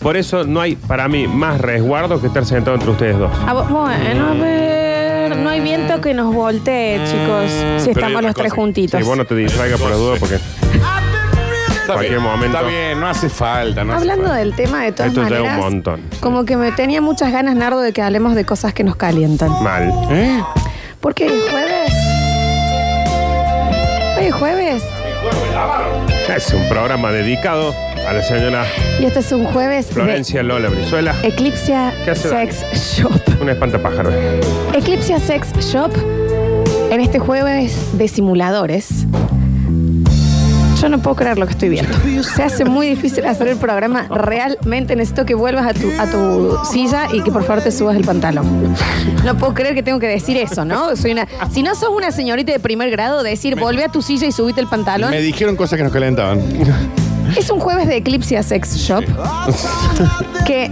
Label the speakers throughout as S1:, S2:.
S1: Por eso no hay para mí más resguardo que estar sentado entre ustedes dos.
S2: Ah, bu- bueno, a ver. No hay viento que nos
S1: Mm,
S2: voltee, chicos. Si
S3: Pero hay
S2: estamos
S3: otra
S2: los tres
S3: cosa.
S2: juntitos.
S1: Sí, vos no te distraigas por las dudas porque
S3: Está
S1: Cualquier
S3: bien,
S1: momento.
S3: Está bien, no hace falta. No hace
S2: Hablando
S3: falta.
S2: del tema de todas
S1: Esto ya es un
S2: maneras.
S1: montón.
S2: Como que me tenía muchas ganas, Nardo, de que hablemos de cosas que nos calientan.
S1: mal.
S3: ¿Eh?
S2: Porque hoy es jueves. Hoy es jueves.
S1: Es un programa dedicado a la señora
S2: Y este es un jueves de Eh.
S1: Florencia Lola Brizuela,
S2: Eclipsia
S1: ¿Qué hace, Dani?
S2: Sex Shop.
S1: una espantapájaro.
S2: Eclipsia Sex Shop en este jueves de simuladores. Yo no puedo creer lo que estoy viendo. Se hace muy difícil hacer el programa. Realmente necesito que vuelvas a tu, a tu silla y que por favor te subas el pantalón. No puedo creer que tengo que decir eso, ¿no? Soy una, si no sos una señorita de primer grado, decir volvé a tu silla y subite el pantalón.
S3: Me dijeron cosas que nos calentaban.
S2: Es un jueves de Eclipsia Sex Shop. que,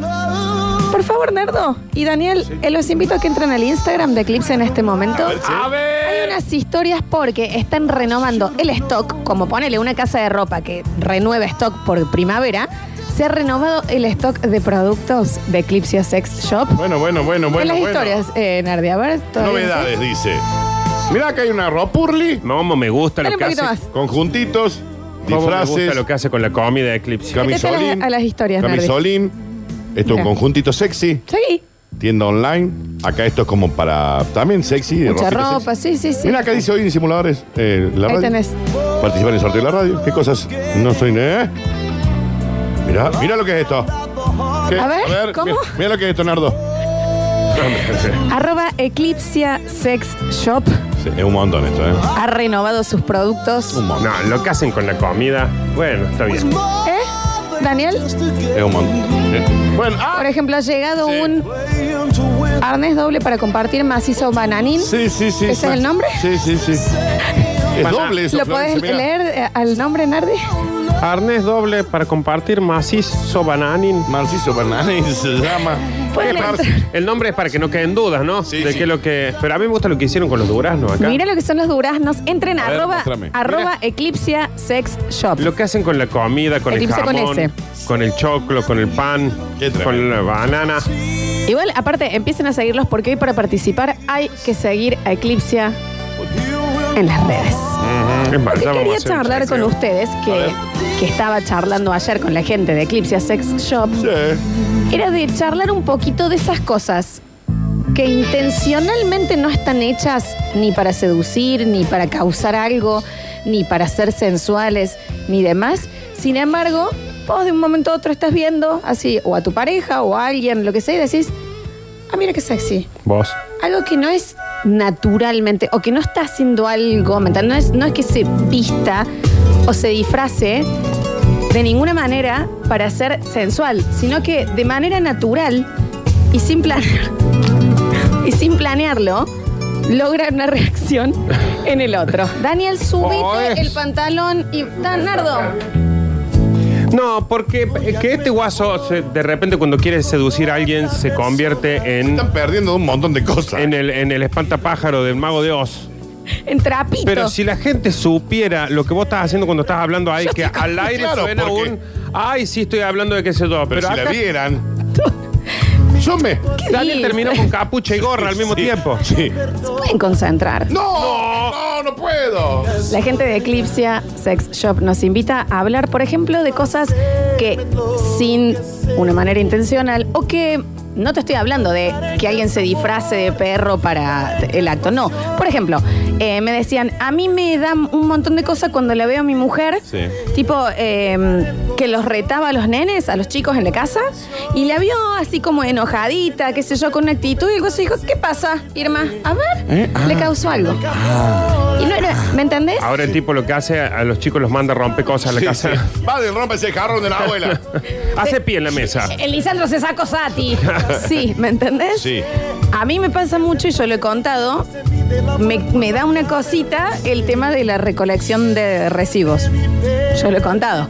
S2: por favor, Nerdo y Daniel, eh, los invito a que entren al Instagram de Eclipse en este momento.
S1: A
S2: Hay
S1: ver.
S2: unas historias porque están renovando el stock, como ponele una casa de ropa que renueva stock por primavera. Se ha renovado el stock de productos de Eclipse Sex Shop.
S3: Bueno, bueno, bueno, bueno.
S2: en las
S3: bueno.
S2: historias, eh, Nardi, a ver. todavía no sé.
S3: Novedades, dice. Mirá que hay una ropurli,
S1: Momo me gusta lo
S2: Dale un
S1: que hace.
S2: poquito más.
S3: conjuntitos,
S1: Momo me gusta
S3: disfraces,
S1: lo que hace con la comida de Eclipse.
S2: Metete a las-
S3: camisolín.
S2: a las historias, Nardi.
S3: Camisolín. Esto es
S2: Mira.
S3: un conjuntito sexy,
S2: Seguí.
S3: tienda online. Acá esto es como para también sexy. de
S2: Mucha
S3: ropita
S2: ropa,
S3: sexy.
S2: sí, sí, sí.
S3: Mira acá dice hoy en simuladores eh, la
S2: Ahí
S3: radio.
S2: tenés.
S3: Participar en el sorteo de la radio. ¿Qué cosas? No soy. ¿eh? Mirá, mirá lo que es esto. ¿Qué?
S2: A ver, ¿cómo?
S3: Mirá, mirá lo que es esto, Nardo.
S2: Arroba Eclipsia Sex Shop
S3: Sí, es un montón esto, ¿eh?
S2: ha renovado sus productos.
S3: Un montón.
S1: No, lo que hacen con la comida, bueno, está bien.
S2: ¿Eh? Daniel,
S3: Es un montón. Eh, Bueno, ah,
S2: por ejemplo, ha llegado
S3: Sí.
S2: un arnés doble para compartir macizo bananín.
S3: Sí, sí, sí.
S2: ¿Ese
S3: sí.
S2: es el nombre?
S3: Sí, sí, sí. Es doble eso.
S2: ¿Lo
S3: Florencia,
S2: podés
S3: mirá.
S2: leer eh, al nombre, Nardi?
S1: Arnés doble para compartir macizo bananín.
S3: Narciso Fernández se llama.
S2: Pueden
S3: Qué
S2: entrar.
S3: parce-
S1: El nombre es para que no queden dudas, ¿no?
S3: Sí,
S1: de
S3: sí.
S1: qué es lo que. Pero a mí me gusta lo que hicieron con los duraznos acá.
S2: Mira lo que son los duraznos. Entren a
S3: A ver,
S2: arroba,
S3: mostrame.
S2: arroba Eclipsia Sex Shop.
S1: Lo que hacen con la comida, con el
S2: Eclipse con
S1: jamón, con,
S2: ese.
S1: el choclo, con el pan,
S3: Qué tremendo.
S1: con la banana.
S2: Igual, aparte, empiecen a seguirlos porque hoy para participar hay que seguir a Eclipsia en las redes.
S1: Es más,
S2: Porque
S1: ya vamos a
S2: quería
S1: hacer un
S2: charlar con
S1: chequeo.
S2: ustedes
S3: A
S2: que,
S3: ver.
S2: que estaba charlando ayer con la gente de Eclipse Sex Shop.
S3: Sí.
S2: Era de charlar un poquito de esas cosas que intencionalmente no están hechas ni para seducir, ni para causar algo, ni para ser sensuales, ni demás. Sin embargo, vos de un momento a otro estás viendo así, o a tu pareja, o a alguien, lo que sea, y decís, ah, mira qué sexy.
S1: Vos.
S2: Algo que no es naturalmente, o que no está haciendo algo mental, no es, no es que se vista o se disfrace de ninguna manera para ser sensual, sino que de manera natural y sin, plan- y sin planearlo, logra una reacción en el otro. Daniel, subite
S1: Oh, es.
S2: el pantalón y... Dan, Nardo,
S1: No, porque eh, que este guaso se- de repente cuando quiere seducir a alguien se convierte en,
S3: Están perdiendo un montón de cosas.
S1: en, el, en el espantapájaro del mago de Oz.
S2: en trapito.
S1: Pero si la gente supiera lo que vos estás haciendo cuando estás hablando ahí,
S2: Yo
S1: que
S2: estoy
S1: al aire
S3: claro,
S1: suena
S3: porque-
S1: un. Ay, sí, estoy hablando de qué se todo.
S3: Pero,
S1: Pero,
S3: si la
S1: acá
S3: vieran. Yo me.
S1: Daniel
S2: dices?
S1: terminó con capucha y gorra al mismo
S3: Sí,
S1: tiempo.
S3: Sí.
S2: Se pueden concentrar.
S3: No, no, no puedo.
S2: La gente de Eclipsia Sex Shop nos invita a hablar, por ejemplo, de cosas que sin una manera intencional o que no te estoy hablando de que alguien se disfrace de perro para el acto, no. Por ejemplo, eh, me decían, a mí me da un montón de cosas cuando la veo a mi mujer,
S3: Sí.
S2: tipo eh, que los retaba a los nenes, a los chicos en la casa, y la vio así como enojadita, qué sé yo, con una actitud, y el gozo dijo, ¿qué pasa, Irma? A ver,
S3: ¿Eh? Ah.
S2: le causó algo. Y no era, ¿me entendés?
S1: Ahora el tipo lo que hace a los chicos los manda a romper cosas a la
S3: Sí,
S1: casa.
S3: sí. Va de rompa ese jarrón de la abuela.
S1: Hace pie en la mesa.
S2: El Lisandro se sacó Sati. Sí, ¿me entendés?
S3: Sí.
S2: A mí me pasa mucho, y yo lo he contado, me, me da una cosita el tema de la recolección de recibos. Yo lo he contado,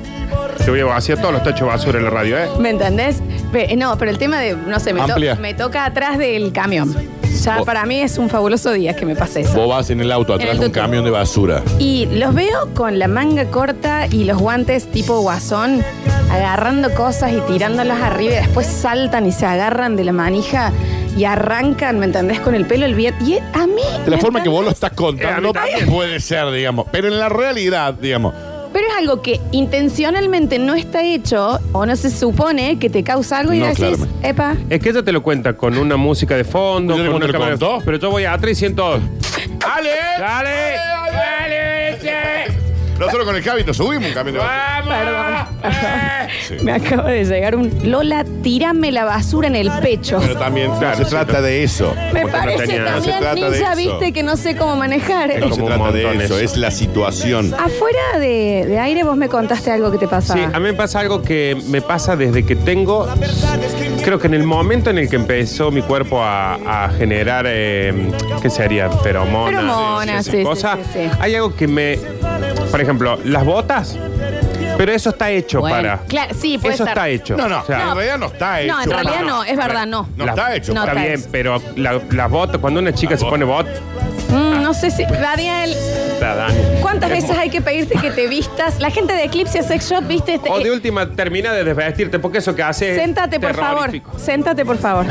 S1: Yo voy a vaciar todos los tachos de basura en la radio, ¿eh?
S2: ¿me entendés? Pe- eh, no, pero el tema de, no sé, me, to-
S3: Amplia.
S2: me toca atrás del camión. Ya
S3: Vos-
S2: para mí es un fabuloso día que me pase eso.
S3: Vos vas en el auto
S2: En
S3: atrás
S2: el
S3: de un
S2: tutu.
S3: camión de basura.
S2: Y los veo con la manga corta y los guantes tipo guasón, agarrando cosas y tirándolas arriba y después saltan y se agarran de la manija y arrancan, ¿me entendés? Con el pelo el bien. Y a mí.
S3: De la
S2: ¿me
S3: forma que vos lo
S2: entendés?
S3: estás contando,
S1: Eh, a mí también.
S3: puede ser, digamos. Pero en la realidad, digamos,
S2: Pero es algo que intencionalmente no está hecho o no se supone que te causa algo y
S3: No,
S2: decís,
S3: claramente.
S2: epa,
S1: Es que ella te lo cuenta con una música de fondo,
S3: ¿Yo le
S1: con
S3: cuento
S1: una
S3: el
S1: cámara.
S3: contó?
S1: Pero yo voy atrás y siento.
S3: ¡Ale!
S1: ¡Dale! ¡Dale, che!
S3: Nosotros con el Javi nos subimos un camino.
S1: ¡Vamos!
S2: Perdón, perdón.
S1: Eh.
S3: Sí.
S2: me acaba de llegar un Lola, tirame la basura en el pecho.
S3: Pero también no
S1: Claro,
S3: se
S1: sí,
S3: trata de eso.
S2: Me
S1: Como que no
S2: parece
S1: tenía- no se
S2: también,
S3: trata de
S2: ninja,
S3: eso.
S2: viste que no sé cómo manejar.
S1: Es
S3: No se
S1: como un
S3: trata de
S1: montón
S3: eso,
S1: eso.
S3: es la situación.
S2: Afuera de, de aire vos me contaste algo que te pasaba.
S1: Sí, a mí me pasa algo que me pasa desde que tengo. Creo que en el momento en el que empezó mi cuerpo a, a generar. eh, ¿Qué sería? Feromonas.
S2: Feromonas,
S1: esas
S2: sí, sí,
S1: cosas.
S2: sí, sí.
S1: Hay algo que me. Por ejemplo, las botas. Pero eso está hecho
S2: Bueno,
S1: para.
S2: claro, sí, puede
S1: Eso
S2: ser.
S1: está hecho.
S3: No, no,
S1: O sea,
S3: en realidad no está hecho.
S2: No, en realidad no, es verdad, no.
S3: No está hecho.
S2: No
S1: Está
S2: está
S1: bien,
S2: hecho.
S1: pero la- las botas, cuando una chica
S3: Las
S1: se pone bot,
S2: Mm, no sé si. Daniel,
S1: está Dani.
S2: ¿cuántas
S1: Es
S2: veces hay que pedirte que te vistas? La gente de Eclipse Sex Shop, viste este.
S1: O de última, termina de desvestirte, porque eso que hace es
S2: Séntate, por favor.
S1: terrorífico.
S2: Séntate, por favor.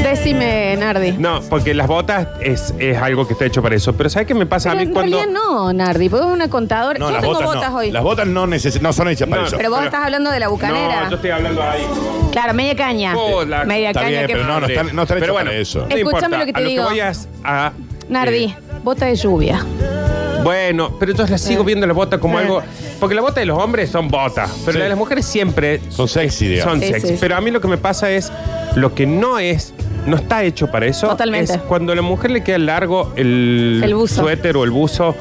S2: Decime, Nardi.
S1: No, porque las botas es, es algo que está hecho para eso. Pero ¿sabes qué me pasa
S2: Pero
S1: a mí
S2: en
S1: cuando.
S2: realidad no, Nardi, porque es una contadora.
S3: No,
S2: Yo
S3: las
S2: tengo
S3: botas,
S2: botas,
S3: no.
S2: hoy.
S3: Las botas no, neces- no son hechas para
S1: No,
S3: eso.
S2: pero vos
S1: pero-
S2: estás hablando de la bucanera.
S1: No, yo estoy hablando ahí.
S2: Claro, media caña.
S1: Oh, la-
S2: Media
S3: Está
S2: caña
S3: bien,
S2: que
S3: pero no, no están, no
S1: Pero
S3: están hechas
S1: bueno,
S3: para eso.
S1: No
S2: Escúchame
S1: importa.
S2: lo que te
S1: a
S2: digo.
S1: Lo que voy es a,
S2: Nardi,
S1: eh,
S2: bota de lluvia.
S1: bueno, pero yo las sigo viendo la bota como
S2: Eh.
S1: algo. Porque la bota de los hombres son botas. Pero
S3: Sí.
S1: la de las mujeres siempre
S3: Son sexy, digamos.
S1: son
S2: Sí,
S1: sexy.
S2: sí, sí.
S1: Pero a mí lo que me pasa es lo que no es, no está hecho para eso.
S2: Totalmente.
S1: Es cuando a la mujer le queda largo el,
S2: El buzo.
S1: suéter o el buzo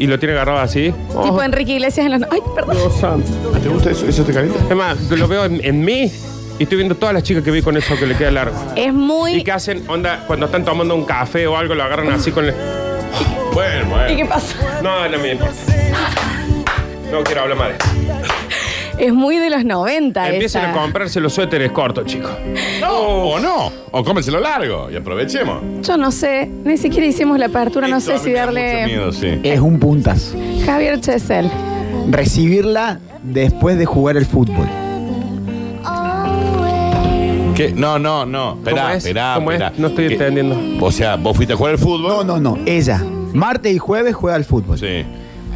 S1: y lo tiene agarrado así.
S2: Tipo Enrique Iglesias en los. Ay, perdón.
S1: Dios santo.
S3: ¿Te gusta eso? ¿Eso te calienta?
S1: Es más, lo veo en, en mí y estoy viendo todas las chicas que vi con eso que le queda largo.
S2: Es
S1: Y
S2: muy.
S1: que hacen, onda, cuando están tomando un café o algo, lo agarran así con el... Bueno,
S2: ¿Y
S1: bueno.
S2: qué pasa?
S1: No, no me importa. No quiero hablar más de eso.
S2: Es muy de los 90.
S1: Empiecen
S2: esa.
S1: a comprarse los suéteres cortos, chicos.
S3: No, o no. O cómenselo largo y aprovechemos.
S2: Yo no sé, ni siquiera hicimos la apertura, no
S3: Esto a
S2: sé
S3: mí
S2: si
S3: me da mucho
S2: darle.
S3: miedo, sí.
S4: Es un puntas.
S2: Javier Chesel.
S4: Recibirla después de jugar el fútbol.
S3: ¿Qué? No, no, no.
S1: ¿Cómo
S3: Esperá,
S1: es?
S3: esperá,
S1: ¿Cómo es?
S3: esperá.
S1: No estoy
S3: ¿Qué?
S1: entendiendo.
S3: O sea, vos fuiste a jugar al fútbol.
S4: No, no, no. Ella. Martes y jueves juega al fútbol.
S3: Sí.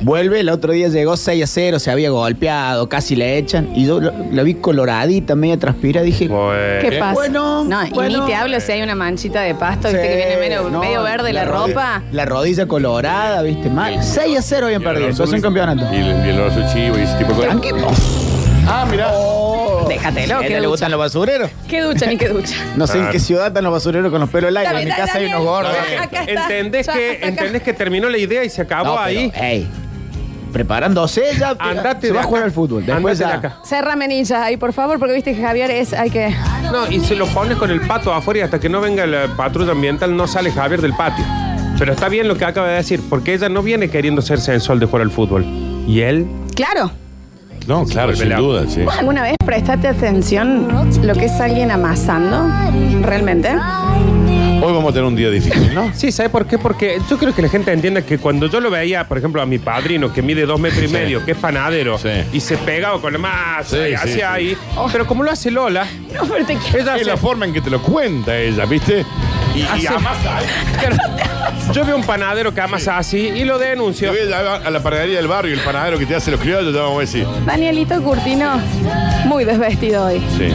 S4: Vuelve, el otro día llegó 6 a 0, se había golpeado, casi le echan. Y yo lo- la vi coloradita, media transpira, dije.
S1: Bueno.
S3: ¿Eh?
S2: ¿Qué pasa?
S4: bueno,
S2: no, y
S4: bueno.
S2: ni te hablo si hay una manchita de pasto, viste que
S4: "Sí,
S2: viene medio,
S4: no,
S2: medio verde la,
S4: rodi-
S2: ropa.
S4: La rodilla colorada, viste, mal. 6 Ah, a 0 habían perdido. Eso es un campeonato.
S3: Y el, y el oso chivo y ese tipo de cosas.
S4: Tranquilo. Oh.
S3: Ah, mirá.
S2: Déjatelo,
S4: ¿A
S2: que
S4: ella le
S2: ducha.
S4: gustan los basureros?
S2: ¿Qué ducha ni qué ducha?
S4: No sé
S3: Ah.
S4: en
S1: Claro.
S4: qué ciudad están los basureros con los pelos largos.
S2: Dale,
S4: En mi
S2: dale,
S4: casa hay
S2: Daniel.
S4: unos gordos.
S2: Está bien. Acá está.
S1: ¿Entendés,
S2: Ya,
S1: que,
S2: está acá.
S1: ¿Entendés que terminó la idea y se acabó
S4: No, pero,
S1: Ah, ahí?
S4: ey, preparándose ya.
S1: Andate
S4: se
S1: de
S4: va a
S1: acá.
S4: jugar al fútbol. Después
S1: Andate de
S4: ya.
S1: acá.
S2: Cerra menillas ahí, por favor, porque viste que Javier es. Hay que.
S1: No, y se lo pones con el pato afuera y hasta que no venga la patrulla ambiental no sale Javier del patio. Pero está bien lo que acaba de decir, porque ella no viene queriendo ser sensual de jugar al fútbol. Y él,
S2: Claro.
S3: No, claro, sin
S1: Pelado.
S3: duda, sí.
S2: ¿Vos alguna vez prestaste atención lo que es alguien amasando? ¿Realmente?
S3: Hoy vamos a tener un día difícil, ¿no?
S1: sí, ¿sabe por qué? Porque yo creo que la gente entienda que cuando yo lo veía, por ejemplo, a mi padrino, que mide dos metros y
S3: Sí.
S1: medio, que es panadero,
S3: Sí.
S1: y se pegaba con la masa
S3: Sí,
S1: y
S3: sí,
S1: hacía
S3: sí.
S1: ahí. Pero como lo hace Lola,
S2: No, pero te quiero.
S1: ella
S3: Es la
S1: hace-
S3: forma en que te lo cuenta ella, ¿viste? Y, y
S1: Hace-
S3: amasa.
S1: Yo veo un panadero que amasa así y lo
S3: Yo
S1: denuncio.
S3: voy a a la panadería del barrio, el panadero que te hace los criollos, ya vamos a decir.
S2: Danielito Curtino, muy desvestido hoy.
S3: Sí.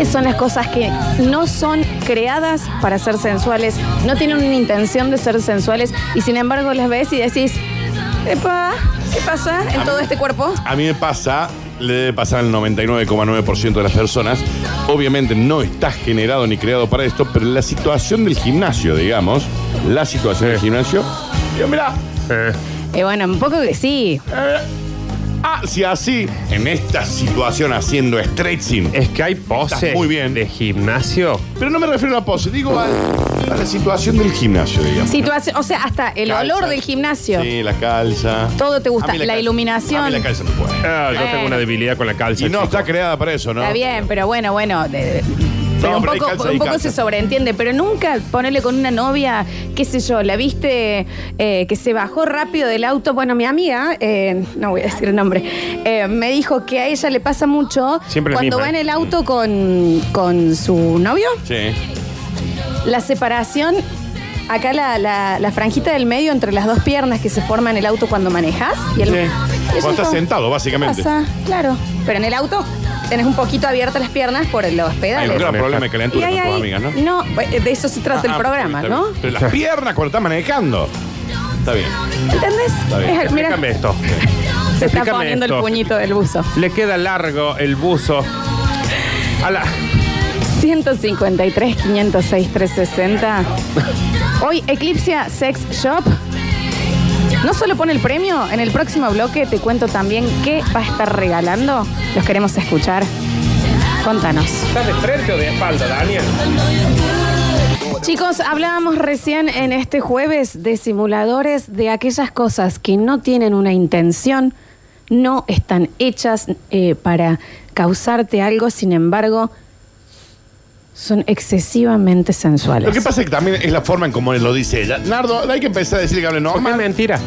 S2: Esas son las cosas que no son creadas para ser sensuales, no tienen una intención de ser sensuales y sin embargo las ves y decís, epa, ¿qué pasa en todo este cuerpo?
S3: A mí me pasa, le debe pasar al 99,9% de las personas. Obviamente no está generado ni creado para esto, pero la situación del gimnasio, digamos, la situación del gimnasio. Yo, mira,
S1: Eh,
S2: Y bueno, un poco que sí.
S3: ah, si así, en esta situación haciendo stretching.
S1: es que hay poses
S3: muy bien.
S1: de gimnasio.
S3: Eh, Pero no me refiero a la pose, digo a, a la situación del gimnasio, digamos.
S2: Situación, o sea, hasta el olor
S3: Calzas.
S2: del gimnasio.
S3: Sí, la calza.
S2: Todo te gusta,
S3: A mí
S2: la
S3: calza-
S2: iluminación.
S3: A mí la calza me puede.
S1: Ah, yo
S2: Bueno.
S1: tengo una debilidad con la calza.
S3: Y no
S1: chico.
S3: está creada para eso, ¿no?
S2: Está bien, pero bueno, bueno, de- pero
S3: No,
S2: un
S3: pero hay
S2: poco,
S3: calza y
S2: un poco
S3: calza.
S2: se sobreentiende, pero nunca ponerle con una novia, qué sé yo, la viste eh, que se bajó rápido del auto. Bueno, mi amiga, eh, no voy a decir el nombre, eh, me dijo que a ella le pasa mucho
S1: Siempre la
S2: cuando
S1: misma,
S2: va en
S1: ¿eh?
S2: el auto con, con su novio,
S3: Sí.
S2: la separación, acá la, la- la franjita del medio entre las dos piernas que se forma en el auto cuando manejas. Y el,
S3: Sí.
S2: y ella
S3: Cuando estás
S2: dijo,
S3: sentado,
S2: ¿qué
S3: básicamente.
S2: pasa? Claro, pero en el auto tenés un poquito abiertas las piernas por los
S3: Hay
S2: pedales.
S3: un gran
S1: Dale.
S3: problema de
S2: Y
S3: calentura
S2: ahí,
S3: con tus
S2: ahí-
S3: amigas, ¿no?
S2: eh, de eso se trata el
S3: Ah,
S2: programa,
S3: está
S2: ¿no?
S3: bien. Pero las piernas cuando estás manejando. Está bien.
S2: ¿Entendés?
S3: bien.
S2: Es- mira,
S1: Explícame esto.
S2: se está
S1: explícame
S2: poniendo el
S1: esto.
S2: puñito del buzo.
S1: Le queda largo el buzo. A la-
S2: 153, 506, 360. Hoy Eclipse Sex Shop. No solo pone el premio, en el próximo bloque te cuento también qué va a estar regalando. Los queremos escuchar. Contanos.
S1: ¿Estás de frente o de espalda, Daniel?
S2: Chicos, hablábamos recién en este jueves de simuladores de aquellas cosas que no tienen una intención, no están hechas eh, para causarte algo, sin embargo, son excesivamente sensuales.
S3: Lo que pasa es que también es la forma en cómo lo dice ella. Nardo, hay que empezar a decir que hable
S1: Porque es
S3: normal.
S1: mentira.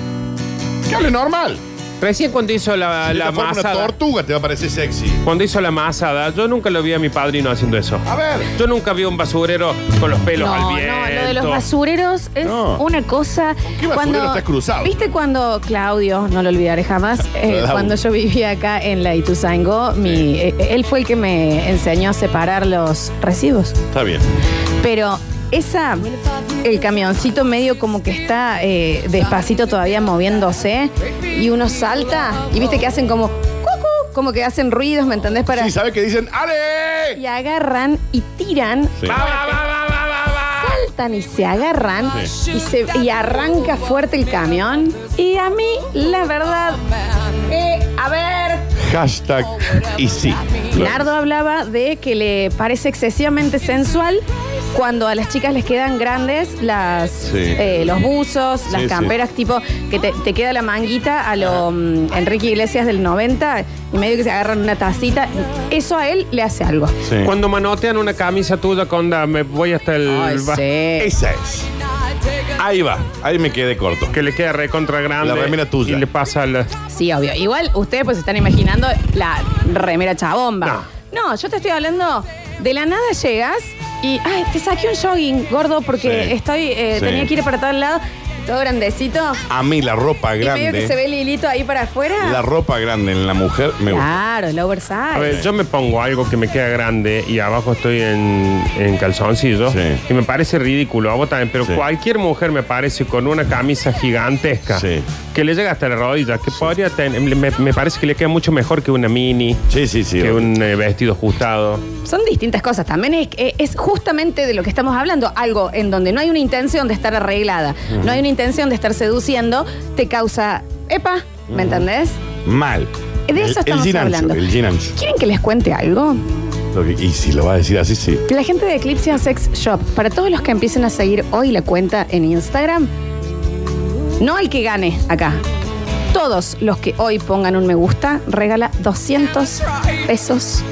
S3: Que hable normal.
S1: Recién cuando hizo la,
S3: De
S1: la
S3: esta forma, una
S1: masada.
S3: tortuga te va a parecer sexy.
S1: Cuando hizo la masada, yo nunca lo vi a mi padrino haciendo eso.
S3: A ver.
S1: Yo nunca vi a un basurero con los pelos
S2: no,
S1: al viento.
S2: no, lo de los basureros es
S3: No.
S2: una cosa.
S3: qué basurero está cruzado?
S2: ¿Viste cuando Claudio, no lo olvidaré jamás, eh,
S3: Claudio.
S2: cuando yo vivía acá en la Ituzaingó, mi, eh, él fue el que me enseñó a separar los residuos?
S3: Está bien.
S2: Pero esa, el camioncito medio como que está eh, despacito todavía moviéndose y uno salta y viste que hacen como cucú, como que hacen ruidos, ¿me entendés? Para
S3: Sí, ¿sabes qué dicen? ¡Ale!
S2: y agarran y tiran,
S3: Sí.
S1: Va, va, va, va, va, va, va.
S2: saltan y se agarran y se y arranca fuerte el camión. Y a mí la verdad, eh, a ver.
S3: Hashtag
S2: Oh,
S3: y sí.
S2: Nardo hablaba de que le parece excesivamente sensual cuando a las chicas les quedan grandes las,
S3: Sí.
S2: eh, los buzos, las
S3: sí.
S2: camperas, tipo que te, te queda la manguita a lo mm, Enrique Iglesias del 90 y medio que se agarran una tacita. Eso a él le hace algo.
S3: Sí.
S1: Cuando manotean una camisa tuya con la- me voy hasta el
S2: Ay,
S1: va-
S2: sí.
S3: Esa es. Ahí va. Ahí me quedé corto.
S1: que le queda recontra grande.
S3: La remera tuya.
S1: Y le pasa la.
S2: Sí, obvio. Igual ustedes pues están imaginando la remera chabomba. No, yo te estoy hablando de la nada llegas y ay, te saqué un jogging gordo porque
S3: Sí.
S2: estoy eh,
S3: Sí.
S2: tenía que ir para tal lado, todo grandecito
S3: A mí la ropa
S2: y medio que se
S3: grande.
S2: ve el hilito ahí para afuera.
S3: La ropa grande en la mujer me gusta.
S2: claro, el
S1: A ver,
S2: oversize.
S1: yo me pongo algo que me queda grande y abajo estoy en, en calzoncillo.
S3: Sí.
S1: Y me parece ridículo, a vos también, pero
S3: Sí.
S1: cualquier mujer me parece con una camisa gigantesca
S3: Sí.
S1: que le llega hasta la rodilla, que podría tener. Me, me parece que le queda mucho mejor que una mini,
S3: Sí, sí, sí.
S1: que un eh, vestido ajustado.
S2: Son distintas cosas. También es, eh, es justamente de lo que estamos hablando. Algo en donde no hay una intención de estar arreglada, no hay una intención de estar seduciendo, te causa, epa, ¿me entendés?
S3: Mal.
S2: De eso
S3: el, el
S2: estamos
S3: jean ancho,
S2: hablando.
S3: El jean ancho.
S2: ¿Quieren que les cuente algo?
S3: Lo que- y si lo va a decir así, sí.
S2: La gente de Eclipse Sex Shop, para todos los que empiecen a seguir hoy la cuenta en Instagram, no el que gane acá. Todos los que hoy pongan un me gusta, regala 200 pesos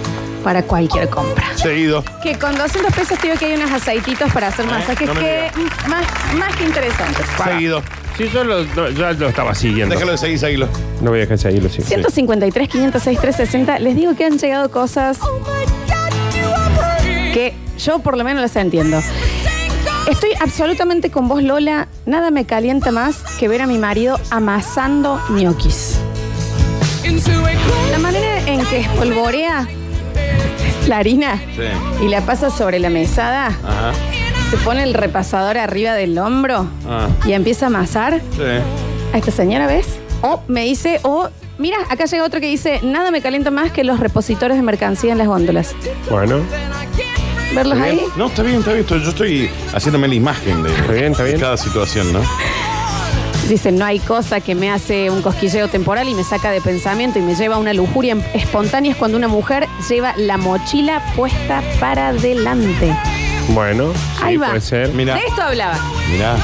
S2: para cualquier compra.
S3: Seguido.
S2: Que con 200 pesos te digo que hay unos aceititos para hacer masajes
S3: Eh, no me
S2: que mm, más, más que interesantes.
S3: Seguido.
S1: Sí, yo lo, no, ya lo estaba siguiendo.
S3: Déjalo de seguir, seguilo.
S1: No voy a dejar de seguirlo, sí.
S2: 153, 506, 360. Les digo que han llegado cosas que yo por lo menos las entiendo. Estoy absolutamente con vos, Lola. Nada me calienta más que ver a mi marido amasando ñoquis. La manera en que espolvorea la harina
S3: Sí.
S2: y la pasa sobre la mesada,
S3: Ajá.
S2: se pone el repasador arriba del hombro
S3: Ah.
S2: y empieza a amasar.
S3: Sí.
S2: A esta señora, ¿ves? O me dice, o mira, acá llega otro que dice, nada me calienta más que los repositores de mercancía en las góndolas.
S1: Bueno,
S2: ¿Verlos
S1: Bien.
S2: ahí?
S3: No, está bien, está bien. Estoy- Yo estoy haciéndome la imagen de,
S1: bien, está
S3: de
S1: bien.
S3: cada situación, ¿no?
S2: Dice, no hay cosa que me hace un cosquilleo temporal y me saca de pensamiento y me lleva a una lujuria em- espontánea es cuando una mujer lleva la mochila puesta para adelante.
S1: bueno. sí,
S2: Ahí va.
S1: Puede ser.
S3: Mira.
S2: De esto hablaba.
S3: Mirá.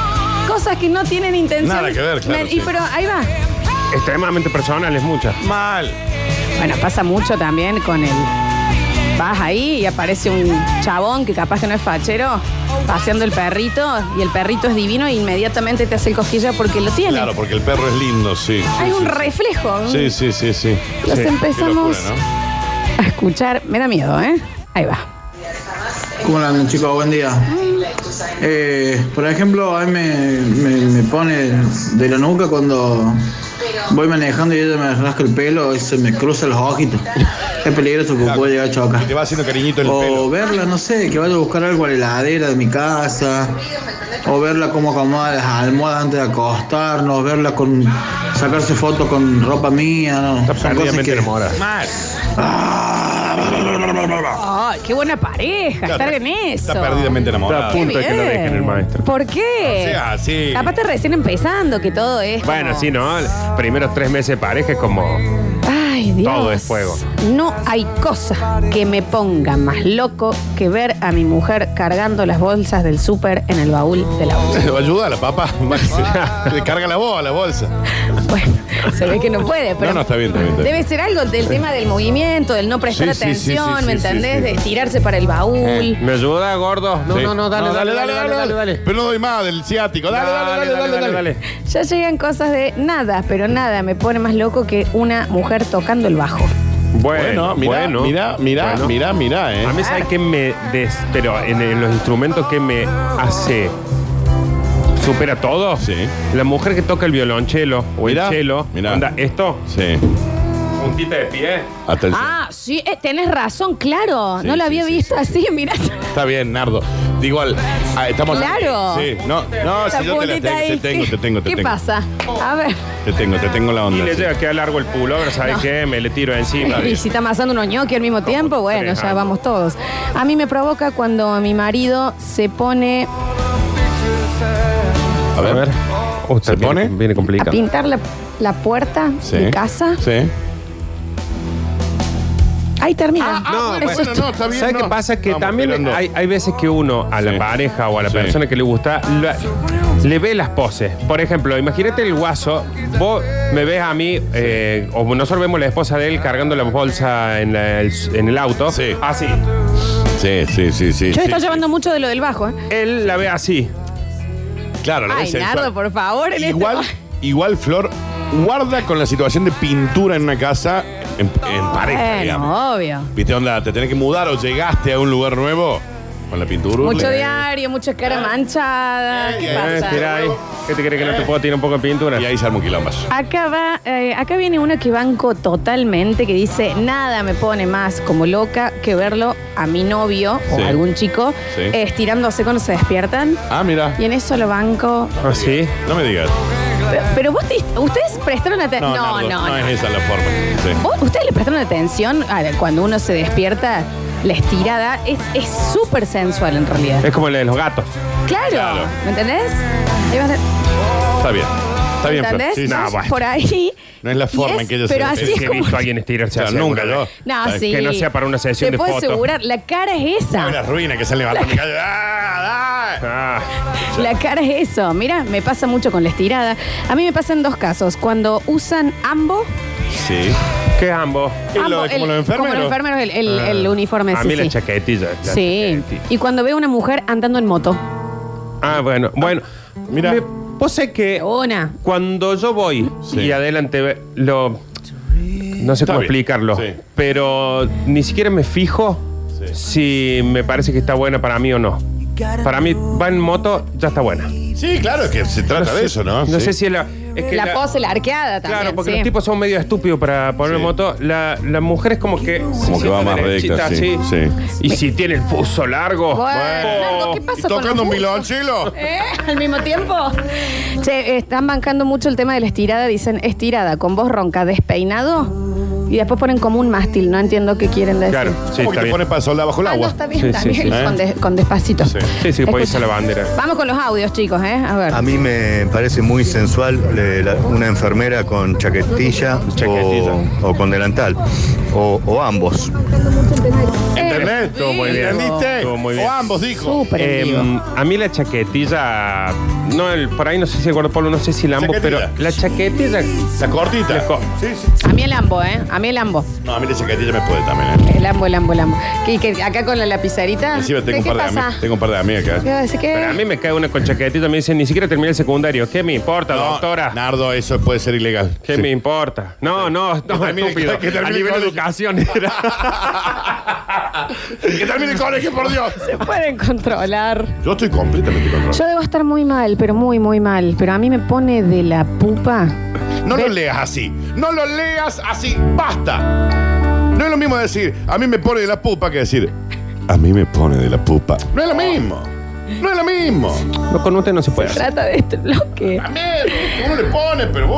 S2: Cosas que no tienen intención.
S3: Nada que ver, claro,
S2: Y
S3: sí.
S2: pero ahí va.
S1: Extremadamente personal es mucha.
S3: Mal.
S2: Bueno, pasa mucho también con el Vas ahí y aparece un chabón que capaz que no es fachero, paseando el perrito, y el perrito es divino e inmediatamente te hace el cosquilla porque lo tiene.
S3: Claro, porque el perro es lindo, sí. sí,
S2: Hay
S3: sí,
S2: un
S3: sí.
S2: reflejo.
S3: Sí, sí, sí, sí.
S2: Los
S3: Sí. Qué
S2: empezamos
S3: locura, ¿no?
S2: a escuchar. Me da miedo, ¿eh? Ahí va.
S5: ¿Cómo la andan, chicos? Buen día. Eh, por ejemplo, a mí me, me- me pone de la nuca cuando voy manejando y ella me rasca el pelo y se me cruzan los ojitos. Es peligroso porque puedo llegar a chocar.
S3: Que te va haciendo cariñito el
S6: Oh.
S5: O
S3: pelo.
S5: verla, no sé, que vaya a buscar algo a la heladera de mi casa. O verla cómo acomoda las almohadas antes de acostarnos. Verla con sacarse fotos con ropa mía. ¿no?
S1: Está
S5: Son cosas
S1: perdidamente
S5: que-
S1: enamorada. Mal.
S2: ¡Ay, qué buena pareja!
S3: Claro,
S2: estar en eso.
S3: Está perdidamente
S1: Está a
S3: enamorado.
S2: Qué
S1: punto de que lo
S2: bien.
S1: dejen el maestro.
S2: ¿Por qué?
S3: O sea, sí.
S2: Capaz te recién empezando, que todo es.
S1: Bueno,
S2: como-
S1: sí, ¿no? Primeros tres meses de pareja es como.
S2: Ay, Dios.
S1: Todo es fuego.
S2: No hay cosa que me ponga más loco que ver a mi mujer cargando las bolsas del súper en el baúl del auto.
S3: Te va a ayudar la papá. Le carga la voz a la bolsa.
S2: Bueno, se ve que no puede, pero.
S3: No, no, está bien, está bien, está bien.
S2: Debe ser algo del tema del movimiento, del no prestar
S3: Sí, sí, sí,
S2: atención,
S3: sí,
S2: ¿me
S3: sí,
S2: entendés?
S3: sí, Eh. sí.
S2: De estirarse para el baúl.
S1: ¿Me ayuda, gordo? No,
S3: Sí.
S1: no, no, dale, dale, dale, dale, dale, dale.
S3: Pero no doy más del ciático. Dale, dale, dale, dale, dale.
S2: Ya llegan cosas de nada, pero nada me pone más loco que una mujer tocando el bajo.
S1: Bueno,
S3: Bueno, mira,
S1: bueno,
S3: mira, mira,
S1: Bueno.
S3: mira, mira, eh.
S1: A mí, ¿sabes qué me des... Pero en, en los instrumentos que me hace. ¿Supera todo?
S3: Sí.
S1: La mujer que toca el violonchelo o
S3: Mirá,
S1: el chelo.
S3: mirá.
S1: Onda, esto,
S3: Sí.
S1: puntita de pie.
S3: Atención.
S2: Ah, sí, eh, tenés razón, claro.
S3: Sí,
S2: no lo
S3: sí,
S2: había
S3: sí,
S2: visto así, mira.
S3: Está bien, Nardo. Digo, al- ah, estamos.
S2: Claro.
S3: Sí, no, no,
S2: esa
S3: si yo te la
S2: puntita
S3: tengo, te
S2: ahí.
S3: tengo, te tengo, te
S2: ¿Qué
S3: tengo.
S2: pasa? A ver,
S3: Te tengo, te tengo la
S1: Y
S3: onda.
S1: le
S3: sí.
S1: llega a quedar largo el pullover, ¿sabes qué? Me le tiro encima.
S2: y si está amasando unos ñoqui al mismo tiempo, bueno,
S1: tres
S2: ya
S1: años.
S2: vamos todos. A mí me provoca cuando mi marido se pone
S3: A ver.
S1: Oh, Usted
S3: ¿Se pone?
S1: Viene
S2: a
S1: complicado.
S2: pintar la, la puerta
S3: Sí.
S2: de casa.
S3: Sí.
S2: Ahí termina.
S3: No,
S2: Eso
S3: Ah, bueno,
S2: es todo.
S3: no, está bien.
S1: ¿Sabes
S3: no.
S1: qué pasa? Que
S3: Vamos,
S1: también
S3: esperando.
S1: hay, hay veces que uno a la
S3: Sí.
S1: pareja o a la
S3: Sí.
S1: persona que le gusta la- le ve las poses. Por ejemplo, imagínate el guaso. Vos me ves a mí, eh, o nosotros vemos la esposa de él cargando la bolsa en, la- el, en el auto.
S3: Sí.
S1: Así.
S3: Sí, sí, sí, sí.
S2: Yo
S3: sí,
S2: estoy
S3: sí.
S2: llevando mucho de lo del bajo. ¿eh?
S1: Él la ve así.
S3: Claro, la
S2: Ay,
S3: ves sensual.
S2: Nardo, por favor, en
S3: Igual,
S2: este-
S3: igual, Flor, guarda con la situación de pintura en una casa en, en pareja, digamos.
S2: Bueno, obvio.
S3: ¿Viste onda? ¿Te tenés que mudar o llegaste a un lugar nuevo? Con la pintura.
S2: Mucho
S3: le-
S2: diario, mucha cara manchada. ¿Qué
S3: Ah. Eh,
S1: Eh,
S2: pasa?
S1: tirá ahí. ¿Qué te crees que no te puedo tirar un poco de pintura?
S3: Y ahí se arma un quilombazo.
S2: Acá va, eh, acá viene una que banco totalmente, que dice, nada me pone más como loca que verlo a mi novio
S3: Sí.
S2: o algún chico
S3: Sí.
S2: estirándose cuando se despiertan.
S3: Ah, mira.
S2: Y en eso lo banco.
S1: Así.
S3: No me digas.
S2: Pero, pero vos, te- ustedes prestaron atención.
S3: No,
S2: No, no,
S3: Nardo,
S2: no.
S3: es esa la forma. Sí.
S2: ¿Vos- ¿Ustedes le prestaron atención a la- cuando uno se despierta? La estirada es es súper sensual en realidad.
S1: Es como la de los gatos.
S2: Claro.
S3: Claro.
S2: ¿Me entendés? Ahí vas a-
S3: Está bien. Está bien, Flor.
S2: ¿Entendés?
S3: Sí, sí.
S1: No,
S2: Vas
S1: bueno.
S2: Por ahí.
S3: No es la
S2: Y
S3: forma en que ella se
S2: Pero así es
S3: despierta.
S1: He
S2: como.
S1: visto a alguien estirarse
S3: Claro,
S1: así
S3: nunca
S1: alguna
S3: yo.
S1: vez.
S2: No,
S3: Ay,
S2: sí.
S1: que no sea para una sesión
S2: Te
S1: de
S2: puedo
S1: fotos.
S2: asegurar, la cara es
S3: Ay,
S2: esa.
S3: la ruina que sale levantando mi calle. ¡Ah, ah!
S1: Ah,
S2: La cara es eso. Mira, me pasa mucho con la estirada. A mí me pasa en dos casos. Cuando usan ambos.
S3: Sí.
S1: ¿Qué es ambos?
S3: lo-
S2: ambos,
S3: como los
S2: Como
S3: enfermeros?
S2: los enfermeros, el, el- el uniforme.
S1: Ah. A
S2: sí,
S1: mí la
S2: sí.
S1: chaquetilla. la
S2: Sí.
S1: chaquetilla.
S2: Y cuando veo una mujer andando en moto.
S1: Ah, bueno, bueno.
S3: Mira.
S1: Mira, vos sé que
S2: Una.
S1: cuando yo voy
S3: Sí.
S1: y adelante ve- lo no sé
S3: Está
S1: cómo
S3: bien,
S1: explicarlo,
S3: sí.
S1: pero ni siquiera me fijo si me parece que está buena para mí o no. Para mí va en moto ya está buena.
S3: Sí, claro, que se trata de eso, ¿no?
S1: No
S3: Sí.
S1: sé si la es que
S2: la, pose, la arqueada también.
S1: Claro, porque
S2: sí.
S1: los tipos son medio estúpidos para poner
S3: Sí.
S1: moto. La, la mujer es como que.
S3: Como que va más recta, sí, sí.
S1: Y si tiene el pulso largo.
S2: Bueno, Nardo, ¿qué
S3: ¿Y
S2: pasa con los
S3: tocando un
S2: buzos?
S3: violonchelo?
S2: ¿Eh? ¿Al mismo tiempo? Che, están bancando mucho el tema de la estirada. Dicen estirada, con voz ronca, despeinado. Y después ponen como un mástil. No entiendo qué quieren decir.
S1: Claro, sí,
S3: ¿Cómo que
S1: está
S3: te
S1: bien.
S3: pones para soldar bajo el
S2: Ah, no,
S3: agua?
S2: está bien,
S1: Sí,
S2: está
S1: sí,
S2: bien.
S3: sí.
S2: Con, de- con despacito.
S3: Sí.
S1: Sí, sí,
S2: Escucha.
S1: puede irse la bandera.
S2: Vamos con los audios, chicos, ¿eh? A ver.
S7: A mí me parece muy sensual eh, la- una enfermera con chaquetilla,
S3: Oh.
S1: Chaquetilla.
S7: O, o con delantal. o, o ambos.
S3: ¿Entendés?
S1: Estuvo muy bien.
S3: ¿Entendiste?
S1: Estuvo muy bien.
S3: O ambos, dijo.
S2: Súper
S1: Eh,
S2: en vivo.
S1: a mí la chaquetilla, no el- por ahí no sé si el Polo, no sé si el ambos, pero
S3: Chaquetilla.
S1: la chaquetilla,
S3: La cortita.
S1: La co-
S3: sí, sí.
S2: A mí el ambo, ¿eh? A mí el ambo.
S3: No, a mí la chaquetilla me puede también, ¿eh?
S2: El ambo, el ambo, el ambo. ¿Y que acá con la lapicerita?
S3: Encima tengo
S2: ¿De
S3: un,
S2: qué
S3: par de
S2: pasa?
S3: ami- tengo un par de amigas acá.
S2: Yo decía que-
S1: pero a mí me cae una con chaquetilla, me dicen, ni siquiera terminé el secundario. ¿Qué me importa,
S3: No,
S1: doctora?
S3: Nardo, eso puede ser ilegal.
S1: ¿Qué
S3: Sí.
S1: me importa? No, no, no,
S3: termine-
S1: estúpido.
S3: que
S1: a nivel
S3: termine el colegio.
S1: educación era.
S3: que termine el colegio, por Dios.
S2: Se pueden controlar.
S3: Yo estoy completamente controlado.
S2: Yo debo estar muy mal, pero muy, muy mal. Pero a mí me pone de la pupa.
S3: No lo
S2: Ve-
S3: leas así. No lo leas así. Basta. No es lo mismo decir, a mí me pone de la pupa que decir, a mí me pone de la pupa. No es lo mismo. No es lo mismo.
S1: No, con usted no se puede hacer.
S2: Trata de este bloque.
S3: También, ¿viste? uno le pone, pero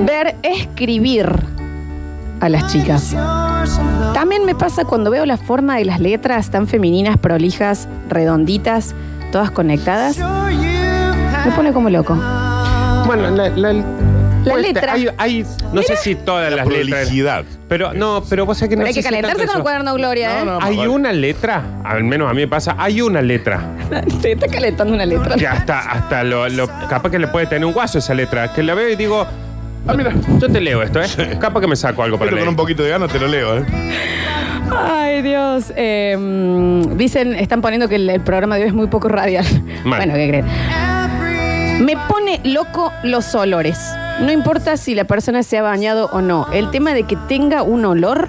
S3: uh.
S2: Ver escribir a las chicas. También me pasa cuando veo la forma de las letras tan femeninas, prolijas, redonditas, todas conectadas. Me pone como loco.
S1: Bueno, la, la- pues,
S2: letra.
S1: Hay, hay- no sé si todas las letras.
S3: prolijidad.
S1: Pero no, pero vos sabés que no
S2: Pero hay
S1: sé
S2: que
S1: si tanto
S2: calentarse con el
S1: eso.
S2: cuaderno Gloria,
S3: No,
S2: ¿eh?
S3: no.
S1: Hay
S3: Vale.
S1: una letra, al menos a mí me pasa, hay una letra.
S2: Te está calentando una letra.
S1: Que hasta, hasta lo, lo- capaz que le puede tener un guaso esa letra. Que la veo y digo,
S3: Ah, mira.
S1: yo te leo esto, ¿eh? Capaz que me saco algo para
S3: Pero
S1: leer.
S3: con un poquito de ganas te lo leo, ¿eh?
S2: Ay, Dios. Eh, mm, dicen, están poniendo que el, el programa de hoy es muy poco radial.
S1: Mal.
S2: Bueno, ¿qué creen? Me pone loco los olores. No importa si la persona se ha bañado o no. El tema de que tenga un olor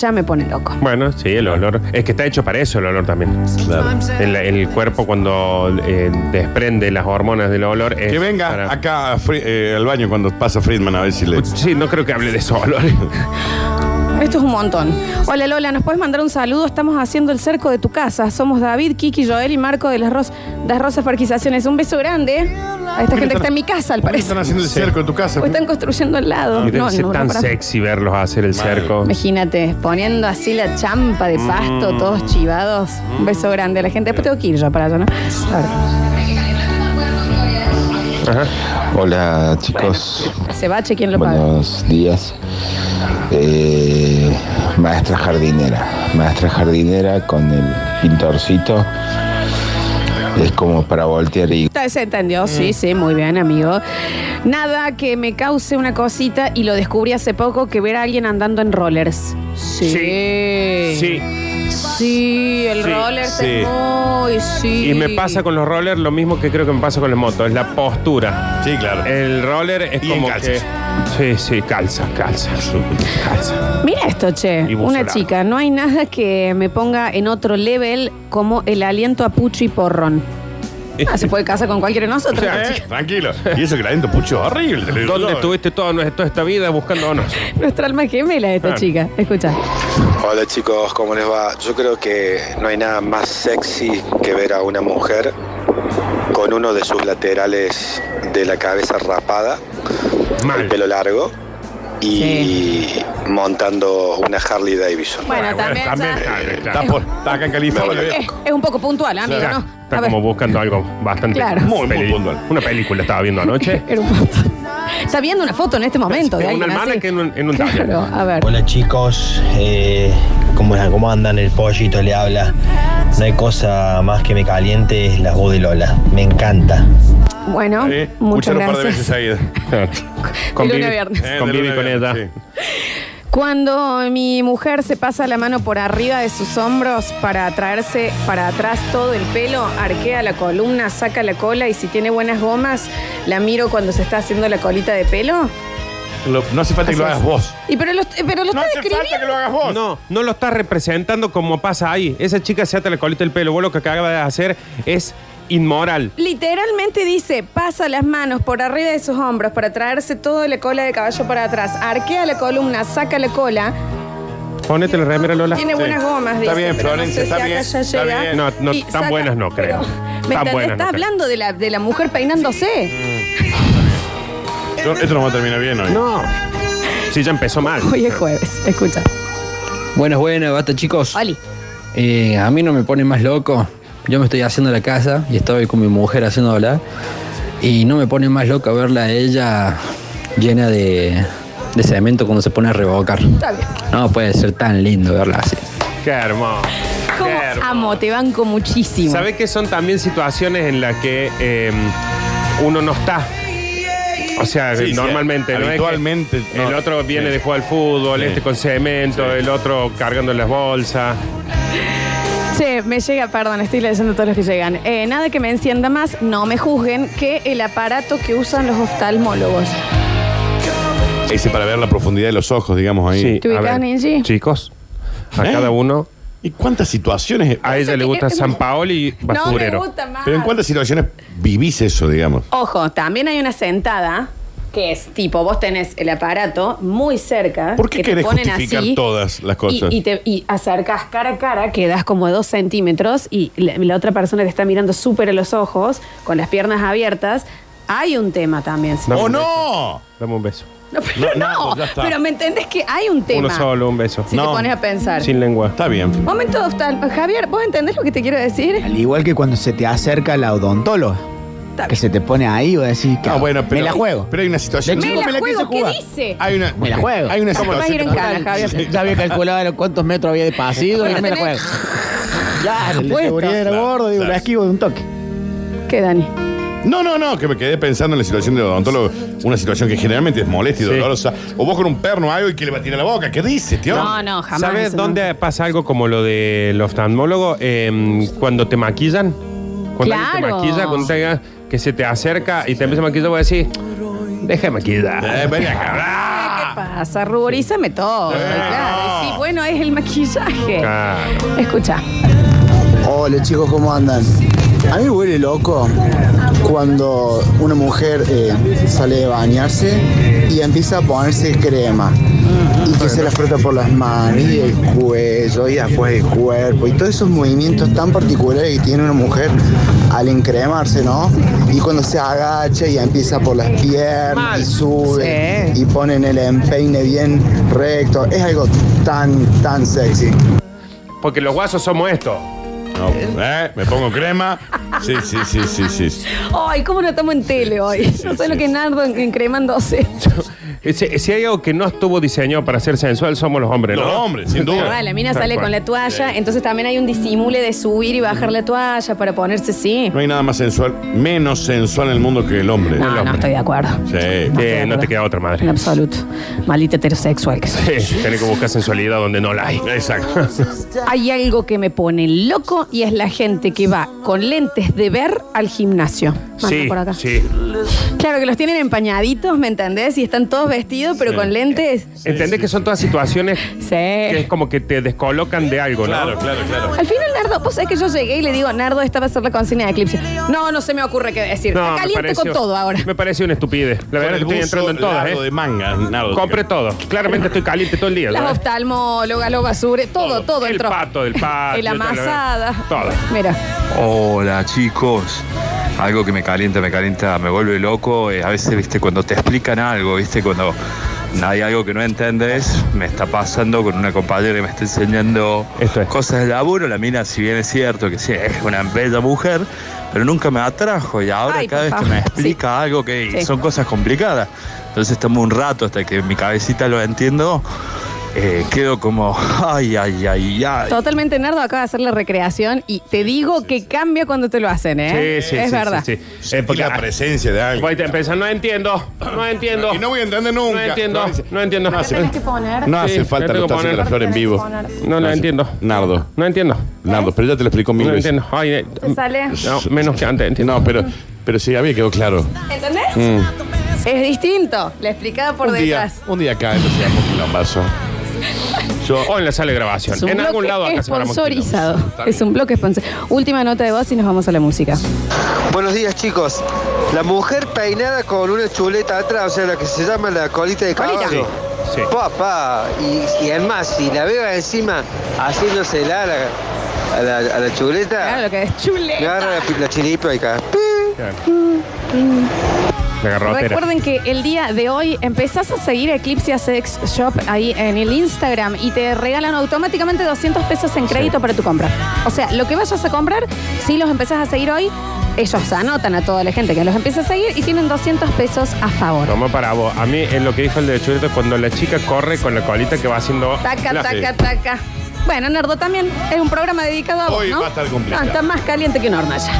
S2: ya me pone loco.
S1: Bueno, sí, el olor. Es que está hecho para eso el olor también.
S3: Claro.
S1: El, el cuerpo cuando eh, desprende las hormonas del olor es
S3: Que venga
S1: para-
S3: acá a Fri- eh, al baño cuando pasa Friedman a ver si le.
S1: Sí, no creo que hable de esos olores.
S2: Esto es un montón. Hola Lola, ¿nos puedes mandar un saludo? Estamos haciendo el cerco de tu casa. Somos David, Kiki, Joel y Marco de las, Ros- las Rosas Parquizaciones. Un beso grande a esta gente que está en mi casa, al
S3: ¿Por qué
S2: parecer.
S3: están haciendo el cerco en tu casa?
S2: O están construyendo al lado.
S1: Y debe ser tan
S2: para-
S1: sexy verlos hacer el cerco.
S2: Imagínate, poniendo así la champa de pasto,
S1: Mm.
S2: todos chivados. Un beso grande a la gente. Después tengo que ir yo para allá, ¿no? Ahora,
S1: Ajá.
S8: Hola chicos,
S2: se bache quien lo paga.
S8: buenos días. Eh, maestra jardinera, maestra jardinera con el pintorcito. Es como para voltear y
S2: Está- ¿Se entendió?
S1: Mm.
S2: Sí, sí, muy bien, amigo. Nada que me cause una cosita y lo descubrí hace poco que ver a alguien andando en rollers. Sí.
S1: Sí.
S2: Sí, el
S1: Sí,
S2: roller
S3: sí.
S2: es muy, sí.
S1: Y me pasa con los rollers lo mismo que creo que me pasa con las motos, es la postura.
S3: Sí, claro.
S2: Eh,
S1: El roller es
S3: Y en
S1: como que.
S3: calzas.
S1: Sí, sí, calza, calza. Calza.
S2: Mira esto, che.
S1: Y
S2: Una
S1: bucelar.
S2: chica, no hay nada que me ponga en otro level como el aliento a pucho y porrón. Ah, se puede casar con cualquiera de nosotros.
S1: O sea,
S2: la
S3: Eh,
S2: chica.
S3: Tranquilo. Y eso que la gente pucho es horrible. te lo digo
S1: ¿Dónde
S3: yo.
S1: estuviste toda, nuestra- toda esta vida buscándonos?
S2: Nuestra alma gemela de esta
S1: Ah.
S2: chica. Escucha.
S9: Hola chicos, ¿cómo les va? Yo creo que no hay nada más sexy que ver a una mujer con uno de sus laterales de la cabeza rapada, el
S1: Mal.
S9: pelo largo y montando una Harley Davidson.
S2: Bueno, también. ya-
S1: también,
S3: Está, por- está acá en California.
S2: Es, es un poco puntual, amigo,
S1: Está,
S2: ¿no?
S1: está como buscando algo bastante.
S2: Claro.
S3: Muy, muy
S1: peli-
S3: puntual.
S1: Una película estaba viendo anoche.
S2: Era un punto. Está viendo una foto en este momento de
S1: Un
S2: alguien así.
S1: almanaque en un, en un tablet.
S2: Claro, a ver.
S10: Hola chicos, eh, ¿cómo, ¿cómo andan? El pollito le habla. No hay cosa más que me caliente la voz de Lola. Me encanta.
S2: Bueno,
S3: Eh,
S2: muchas
S3: escucharon un par de veces
S2: gracias.
S3: ahí. Eh,
S1: Convivi-
S2: lunes a viernes.
S3: de
S1: Convivi
S3: lunes a
S1: con ella.
S3: viernes,
S2: Cuando mi mujer se pasa la mano por arriba de sus hombros para traerse para atrás todo el pelo, arquea la columna, saca la cola y si tiene buenas gomas, la miro cuando se está haciendo la colita de pelo.
S3: sí. Lo- no hace falta que lo
S2: Así
S3: hagas
S2: es.
S3: vos.
S2: Y pero lo, eh, pero lo está
S3: No hace falta que
S2: describiendo.
S3: lo hagas vos.
S1: No, no lo está representando como pasa ahí. Esa chica se ata la colita del pelo. Vos lo que acaba de hacer es inmoral.
S2: Literalmente dice, pasa las manos por arriba de sus hombros para traerse toda la cola de caballo para atrás, arquea la columna, saca la cola,
S1: Ponete la remera, Lola.
S2: tiene buenas gomas.
S3: Está
S2: dice,
S3: bien,
S2: pero
S3: Florencia,
S2: no sé
S3: está
S2: si acá
S3: bien,
S2: ya
S3: está
S2: llega.
S3: bien.
S1: No, no,
S2: Y
S1: tan buenas no
S2: pero,
S1: creo. Tan
S2: ¿Me entendés?
S1: buenas no
S2: Está
S1: creo.
S2: hablando de la, de la mujer peinándose.
S3: Yo- esto no va a terminar bien hoy.
S1: No. Sí, ya empezó mal.
S2: Hoy es jueves, escucha.
S11: Buenas, buenas, basta chicos.
S2: Oli,
S11: Eh, a mí no me pone más loco. Yo me estoy haciendo la casa y estoy con mi mujer haciendo hablar. Y no me pone más loco verla a ella llena de, de cemento cuando se pone a revocar.
S2: Está bien.
S11: No puede ser tan lindo verla así.
S1: Qué hermoso.
S2: ¿Cómo
S1: Qué hermoso.
S2: amo? Te banco muchísimo.
S1: ¿Sabés que son también situaciones en las que eh, uno no está? O sea,
S3: Sí, sí,
S1: normalmente, ¿no? Es que
S3: habitualmente, no.
S1: el otro viene
S3: Sí.
S1: de jugar al fútbol,
S3: Sí.
S1: este con cemento, el otro cargando las bolsas.
S2: Che, me llega, perdón, estoy leyendo todos los que llegan. Eh, nada que me encienda más, no me juzguen, que el aparato que usan los oftalmólogos.
S3: Ese para ver la profundidad de los ojos, digamos ahí.
S1: Sí,
S2: ¿Te
S1: a
S2: ubicás,
S1: ver,
S2: Ninji?
S1: Chicos, a
S3: ¿Eh?
S1: cada uno,
S3: ¿Y cuántas situaciones?
S1: a ella le gusta San Paoli y basurero.
S2: No me gusta más.
S3: Pero en cuántas situaciones vivís eso, digamos.
S2: Ojo, también hay una sentada que es tipo, vos tenés el aparato muy cerca.
S3: ¿Por qué
S2: que te
S3: querés
S2: ponen
S3: justificar
S2: así,
S3: todas las cosas?
S2: Y, y te, y acercas cara a cara, quedas como a dos centímetros y la, la otra persona te está mirando súper a los ojos, con las piernas abiertas. Hay un tema también. sí.
S1: No.
S3: ¡Oh, no!
S1: Dame un beso.
S2: No, pero
S3: No, no,
S2: no,
S3: ya está.
S2: pero me entendés que hay un tema.
S1: Uno solo, un beso.
S2: Si te
S3: No.
S2: pones a pensar.
S1: Sin lengua.
S3: Está bien.
S2: Momento oftal. Javier, ¿vos entendés lo que te quiero decir?
S4: Al igual que cuando se te acerca la odontóloga. Que se te pone ahí y vas a decir,
S3: Ah, bueno, pero,
S4: me la juego.
S3: Pero hay una situación.
S4: De
S2: Me
S4: chico
S2: la
S4: me la quise
S2: juego, ¿qué
S4: jugar.
S2: dice?
S3: Hay una,
S4: Me la juego.
S3: Hay una
S2: ¿Cómo te vas a ir en
S3: situación.
S2: cana, Javier?
S4: Ya había calculado cuántos metros había de pasido y me la juego. Claro, el de seguridad era
S3: Claro,
S4: gordo, digo,
S3: claro.
S4: la esquivo de un toque.
S2: ¿Qué, Dani?
S3: No, no, no, que me quedé pensando en la situación del odontólogo. Una situación que generalmente es molesta y
S1: Sí.
S3: dolorosa. O vos con un perno o algo y que le va a tirar la boca. ¿Qué dices, tío?
S2: No, no, Oh, jamás.
S1: ¿Sabes
S2: eso no.
S1: dónde pasa algo como lo del oftalmólogo? Eh, cuando te maquillan. Cuando alguien
S2: Claro.
S1: te maquilla, cuando te, que se te acerca y te empieza a maquillar, voy a decir, deja de maquillar.
S3: Eh, vení acá.
S2: ¿Qué pasa? Ruborízame todo. Claro. Sí, bueno, es el maquillaje.
S1: Claro.
S2: Escucha.
S7: Hola chicos, ¿cómo andan? A mí me huele loco cuando una mujer eh, sale de bañarse y empieza a ponerse crema. Y que se la frota por las manos y el cuello y después el cuerpo y todos esos movimientos tan particulares que tiene una mujer al encremarse, ¿no? Y cuando se agacha y empieza por las piernas
S1: Mal.
S7: y sube
S2: Sí.
S7: y ponen el empeine bien recto. Es algo tan, tan sexy.
S1: Porque los guasos somos esto.
S3: No, eh, me pongo crema. Sí, sí, sí, sí, sí.
S2: Ay, ¿cómo no estamos en tele hoy?
S3: sí,
S2: no sé
S3: sí,
S2: lo que
S3: sí.
S2: Nardo en- encremándose.
S1: Si, si hay algo que no estuvo diseñado para ser sensual, somos los hombres, ¿no?
S3: Los hombres, sin
S2: Pero
S3: duda.
S2: va, la mina
S1: Tal
S2: sale
S1: cual.
S2: con la toalla, entonces también hay un disimule de subir y bajar la toalla para ponerse así.
S3: No hay nada más sensual, menos sensual en el mundo que el hombre.
S2: No, no estoy de acuerdo.
S3: Sí.
S1: Sí, no te queda otra
S2: En
S1: madre.
S2: absoluto. Maldita heterosexual que soy.
S1: Sí, tenés que buscar sensualidad donde no la hay. Exacto.
S2: Hay algo que me pone loco y es la gente que va con lentes de ver al gimnasio. Manda
S1: sí,
S2: por acá.
S1: sí.
S2: Claro, que los tienen empañaditos, ¿me entendés? Y están todos vestidos, pero con lentes.
S1: Entendés que son todas situaciones
S2: Sí.
S1: que es como que te descolocan de algo, ¿no?
S3: Claro, claro, claro.
S2: Al final, Nardo, vos sabés que yo llegué y le digo, Nardo, esta va a ser la consigna de Eclipse. No, no se me ocurre qué decir.
S1: No,
S2: Me
S1: me
S2: Caliente
S1: pareció-
S2: con todo ahora.
S1: Me parece una estupidez. La verdad que
S3: Con
S1: estoy
S3: el
S1: entrando en
S3: buzo
S1: todas,
S3: largo
S1: ¿eh?
S3: de manga. nada.
S1: Compré todo. Claramente estoy caliente todo el día.
S2: Las
S1: ¿sabes?
S2: oftalmólogas, los basures, todo, todo
S1: ¿eh? El
S2: entró.
S1: pato del patio,
S2: El amasada.
S1: todo.
S2: Mira.
S12: Hola chicos, algo que me calienta, me calienta, me vuelve loco. eh, a veces, viste, cuando te explican algo, viste, cuando hay algo que no entendés, me está pasando con una compañera que me está enseñando
S1: Esto es.
S12: cosas de laburo. La mina, si bien es cierto que sí, es una bella mujer, pero nunca me atrajo. Y ahora,
S2: Ay,
S12: cada
S2: por
S12: vez que
S2: favor,
S12: me explica algo que
S2: Sí.
S12: son cosas complicadas, entonces tomo un rato hasta que mi cabecita lo entiendo. eh, quedo como, ay, ay, ay, ay.
S2: Totalmente Nardo acaba de hacer la recreación y te digo que cambia cuando te lo hacen, ¿eh?
S1: Sí, sí,
S2: es
S1: sí,
S2: verdad.
S1: sí, sí. Eh,
S3: Eh, porque
S1: porque
S3: la presencia de algo.
S1: voy a empezar, no entiendo, no entiendo.
S3: Y no voy a entender nunca.
S1: No entiendo,
S3: hace-
S1: no entiendo.
S3: No hace,
S2: poner.
S3: no hace
S1: Sí,
S3: falta
S1: le
S3: lo
S1: tengo
S3: que está
S1: que
S3: haciendo la flor en
S2: poner.
S3: vivo.
S1: No, no
S3: hace-
S1: entiendo.
S3: Nardo.
S1: No entiendo.
S3: Nardo, pero ya te lo explicó mil
S1: No
S3: veces.
S1: entiendo. Ay, eh,
S2: Te sale.
S1: no, menos que antes, entiendo.
S3: No, pero, pero sí, había quedó claro.
S2: ¿Entendés?
S1: Mm.
S2: Es distinto. La explicada por
S3: un día,
S2: detrás.
S3: un día acá empecé a un quilombazo. Yo,
S1: O en la sala de grabación.
S2: Es un
S1: en algún
S2: bloque
S1: lado acá se van a mostrar.
S2: Sponsorizado. Es un bloque sponsorizado. Última nota de voz y nos vamos a la música.
S10: Buenos días chicos. La mujer peinada con una chuleta atrás, o sea, la que se llama la colita de
S2: Colita.
S10: caballo.
S1: Sí.
S10: Papá, y, y además, si la veo encima haciéndosela a la, a la, a la chuleta,
S2: Claro, lo que es chule.
S10: me agarra la, pi- la chiripa y acá.
S1: Claro. La garrotera.
S2: Recuerden que el día de hoy empezás a seguir Eclipse Sex Shop ahí en el Instagram y te regalan automáticamente 200 pesos en crédito para tu compra. O sea, lo que vayas a comprar, si los empezás a seguir hoy, ellos anotan a toda la gente que los empieza a seguir y tienen 200 pesos a favor.
S1: Toma para vos. A mí es lo que dijo el de Churito cuando la chica corre con la colita que va haciendo.
S2: Taca,
S1: la-
S2: taca, taca. Bueno, Nerdo también es un programa dedicado a vos,
S1: Hoy
S2: ¿no?
S1: va a estar complicado.
S2: Ah, está más caliente que una hornalla.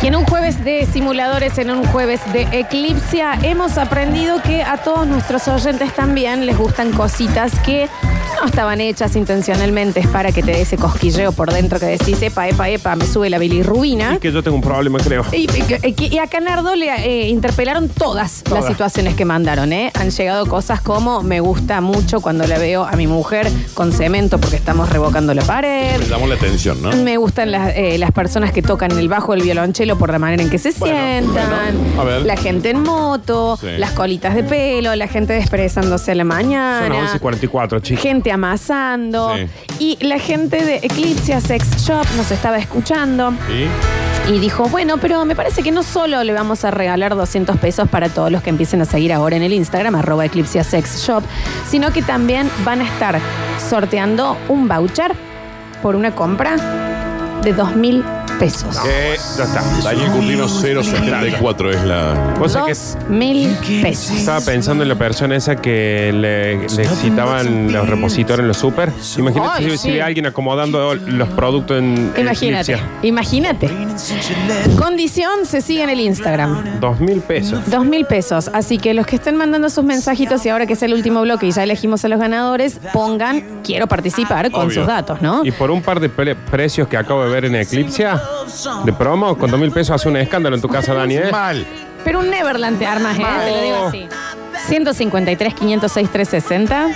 S2: Y en un jueves de simuladores, en un jueves de eclipsia, hemos aprendido que a todos nuestros oyentes también les gustan cositas que no estaban hechas intencionalmente. Es para que te dé ese cosquilleo por dentro que decís, epa, epa, epa, me sube la bilirrubina.
S1: Y que yo tengo un problema, creo.
S2: Y, y- y a Canardo le eh, interpelaron todas,
S1: Todas.
S2: las situaciones que mandaron, ¿eh? Han llegado cosas como me gusta mucho cuando la veo a mi mujer con cemento porque estamos revocando la pared.
S3: Me llamó la atención, ¿no?
S2: Me gustan las, eh, las personas que tocan el bajo, el violonchelo por la manera en que se sientan.
S3: bueno, a ver.
S2: La gente en moto,
S1: Sí.
S2: las colitas de pelo, la gente desprezándose a la
S1: Son
S2: mañana.
S1: las 11.44, chicos.
S2: Gente amasando.
S1: Sí.
S2: Y la gente de Eclipse Sex Shop nos estaba escuchando. Y dijo, bueno, pero me parece que no solo le vamos a regalar 200 pesos para todos los que empiecen a seguir ahora en el Instagram, arroba Eclipsia Sex Shop, sino que también van a estar sorteando un voucher por una compra de 2.000 pesos.
S3: Eh, ya está. Daniel Curtino 074 es la.
S1: Vos sabés que
S2: Mil pesos.
S1: Estaba pensando en la persona esa que le, le excitaban los repositorios en los super. Imagínate
S2: Ay,
S1: si,
S2: sí.
S1: si ve a alguien acomodando los productos en en
S2: Imagínate,
S1: Eclipse.
S2: imagínate. Condición se sigue en el Instagram.
S1: Dos mil pesos.
S2: Dos mil pesos. Así que los que estén mandando sus mensajitos y ahora que es el último bloque y ya elegimos a los ganadores, pongan quiero participar con
S1: Obvio.
S2: sus datos, ¿no?
S1: Y por un par de pre- precios que acabo de ver en Eclipse, de promo, con dos mil pesos hace un escándalo en tu casa, Dani, ¿eh?
S3: Mal.
S2: Pero un Neverland te armas, ¿eh? Te lo digo así. 153, 506, 360. Eh,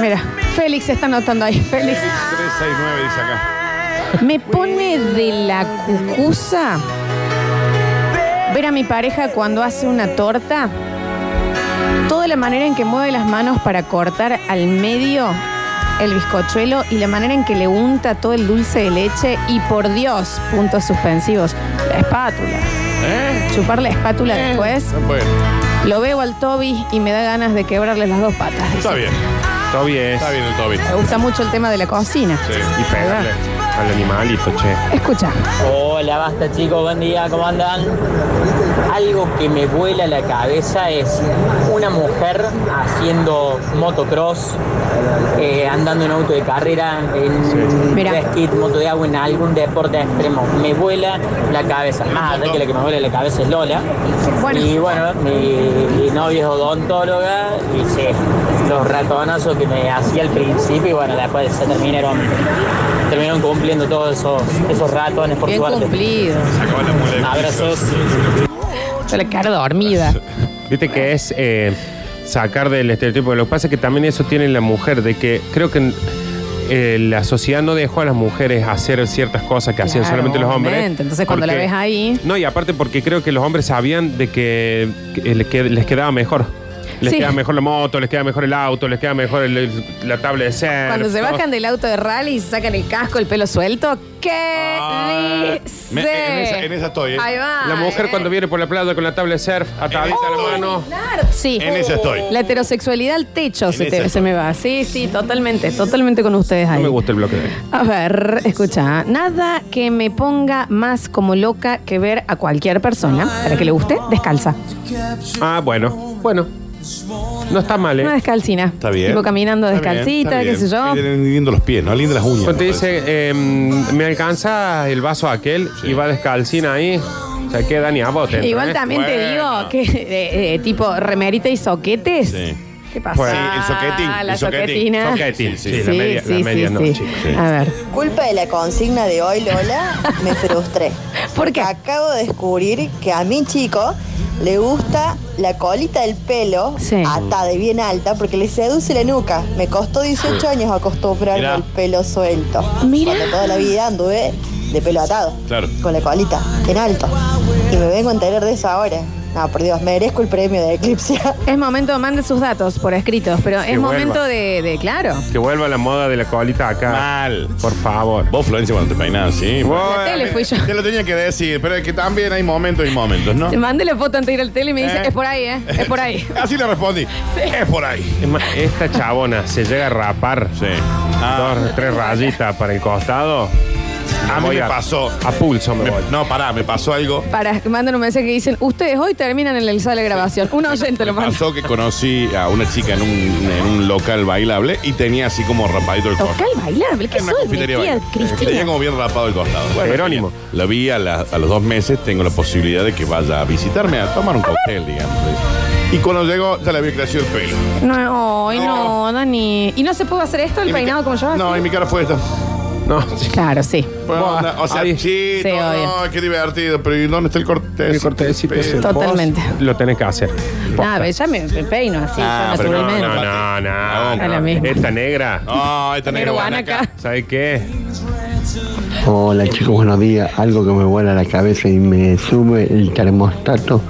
S2: Mira, Félix está anotando ahí, Félix.
S3: 369 dice acá.
S2: Me pone de la cucusa ver a mi pareja cuando hace una torta. Toda la manera en que mueve las manos para cortar al medio el bizcochuelo y la manera en que le unta todo el dulce de leche y por Dios, puntos suspensivos, la espátula. Chupar la espátula
S1: Eh.
S2: después.
S3: Bueno,
S2: Lo veo al Toby y me da ganas de quebrarle las dos patas.
S3: está bien.
S1: Toby es.
S3: Está bien el Toby.
S2: Me gusta mucho el tema de la cocina.
S3: Sí.
S1: Y pegarle al animalito, che.
S2: Escucha.
S13: Hola, basta chicos, buen día, ¿cómo andan? Algo que me vuela la cabeza es una mujer haciendo motocross, eh, andando en auto de carrera, en
S2: Mira.
S13: jet ski, moto de agua, en algún deporte extremo. Me vuela la cabeza. Más allá que la que me vuela la cabeza es Lola. Y bueno, mi, mi novia es odontóloga y sí, los ratonazos que me hacía al principio y bueno, después se terminaron, terminaron cumpliendo todos esos, esos ratones por
S2: Bien
S13: suerte.
S2: cumplido.
S13: Abrazos.
S2: Se la cara dormida.
S1: Viste que es eh, sacar del estereotipo. Lo que pasa es que también eso tiene la mujer, de que creo que eh, la sociedad no dejó a las mujeres hacer ciertas cosas que hacían
S2: Claro,
S1: solamente los hombres.
S2: obviamente. Entonces, cuando la
S1: Porque-
S2: ves ahí.
S1: No, y aparte porque creo que los hombres sabían de que, que le- que les quedaba mejor. Les
S2: Sí.
S1: queda mejor la moto, les queda mejor el auto, les queda mejor el- el- la tabla de ser.
S2: Cuando se
S1: todo.
S2: bajan del auto de rally y se sacan el casco, el pelo suelto, ¿qué dice?
S1: me- Ah, en esa- en esa
S3: estoy, ¿eh?
S2: Ahí va.
S1: La mujer cuando viene por la playa con la tabla de surf, atadita la mano.
S2: Claro, sí.
S1: En esa estoy.
S2: La heterosexualidad al techo se,
S1: En
S2: te-
S1: esa
S2: se me va. Sí, sí, totalmente, totalmente con ustedes
S1: No
S2: ahí.
S1: me gusta el bloque de
S2: A ver, escucha, nada que me ponga más como loca que ver a cualquier persona, para que le guste, descalza.
S1: Ah, bueno. Bueno. No está mal, ¿eh?
S2: Una descalcina.
S3: Está bien.
S2: Tipo caminando descalcita, qué sé yo.
S3: Lindo los pies, ¿no? Lindo las uñas.
S1: Cuando te dice, eh, me alcanza el vaso aquel y va descalcina ahí, se queda ni a bote.
S2: Igual también te digo que eh, eh, tipo remerita y soquetes. ¿Qué pasa? La soquetina.
S1: Soquetín, sí,
S2: Sí,
S1: la media, la
S2: sí,
S1: media
S2: sí,
S1: no,
S2: sí.
S1: chicos.
S2: A ver.
S14: Culpa de la consigna de hoy, Lola, me frustré.
S2: ¿Por qué?
S14: Acabo de descubrir que a mi chico le gusta la colita del pelo atada y bien alta porque le seduce la nuca. Me costó 18 años acostumbrarme
S3: Mirá.
S14: al pelo suelto. Mira. toda la vida anduve de pelo atado,
S3: Claro.
S14: con la colita en alto. Y me vengo a enterar de eso ahora. No, por Dios, merezco el premio de Eclipse.
S2: Es momento, mande sus datos por escritos, pero es
S1: Que vuelva.
S2: momento de, de- claro.
S1: Que vuelva la moda de la colita acá.
S3: Mal.
S1: Por favor.
S3: Vos, Florencia, cuando te peinás, sí.
S2: La tele fui yo.
S3: Te lo tenía que decir, pero es que también hay momentos y momentos, ¿no?
S2: Te mandé la foto antes de ir al tele y me dice,
S3: Eh.
S2: es por ahí, ¿eh? Es por ahí.
S3: Así le respondí. Es por ahí.
S1: Es más, Esta chabona se llega a rapar. Sí.
S3: Ah.
S1: Dos, tres rayitas para el costado.
S3: A mí
S1: voy
S3: me pasó.
S1: A pulso me,
S3: Me-
S1: voy.
S3: no, pará, me pasó algo.
S2: Para que manden un mensaje que dicen, ustedes hoy terminan en el sala de grabación. Un oyente lo manda.
S3: Pasó que conocí a una chica en un, en un local bailable y tenía así como rapadito el costado.
S2: Local bailable, ¿qué soy? Mi
S3: Confitería
S2: tía
S3: bailable. Tenía
S2: Cristina.
S3: como bien rapado el costado.
S1: Jerónimo.
S3: La vi a, la- a los dos meses, tengo la posibilidad de que vaya a visitarme a tomar un cóctel, digamos. Y cuando llegó, ya le había crecido el pelo.
S2: No, ay, no, Dani. ¿Y no se pudo hacer esto, el peinado como yo?
S3: No, y mi cara fue esta.
S1: No.
S2: Claro, sí.
S3: Bueno, onda, o sea, sí,
S2: Sí,
S3: no, no, qué divertido, pero ¿y dónde está el Este corte?
S1: El cortecito ese.
S2: Totalmente.
S1: Vos Lo tenés que hacer.
S2: Nada, ve, ya me me peino así,
S1: Ah,
S2: yo
S1: pero no,
S2: naturalmente.
S1: no, no, no,
S2: Es la misma.
S1: Esta negra.
S3: No, este esta
S2: negra guanaca. guanaca.
S1: ¿Sabes qué?
S6: Hola chicos, buenos días. Algo que me vuela la cabeza y me sube el termostato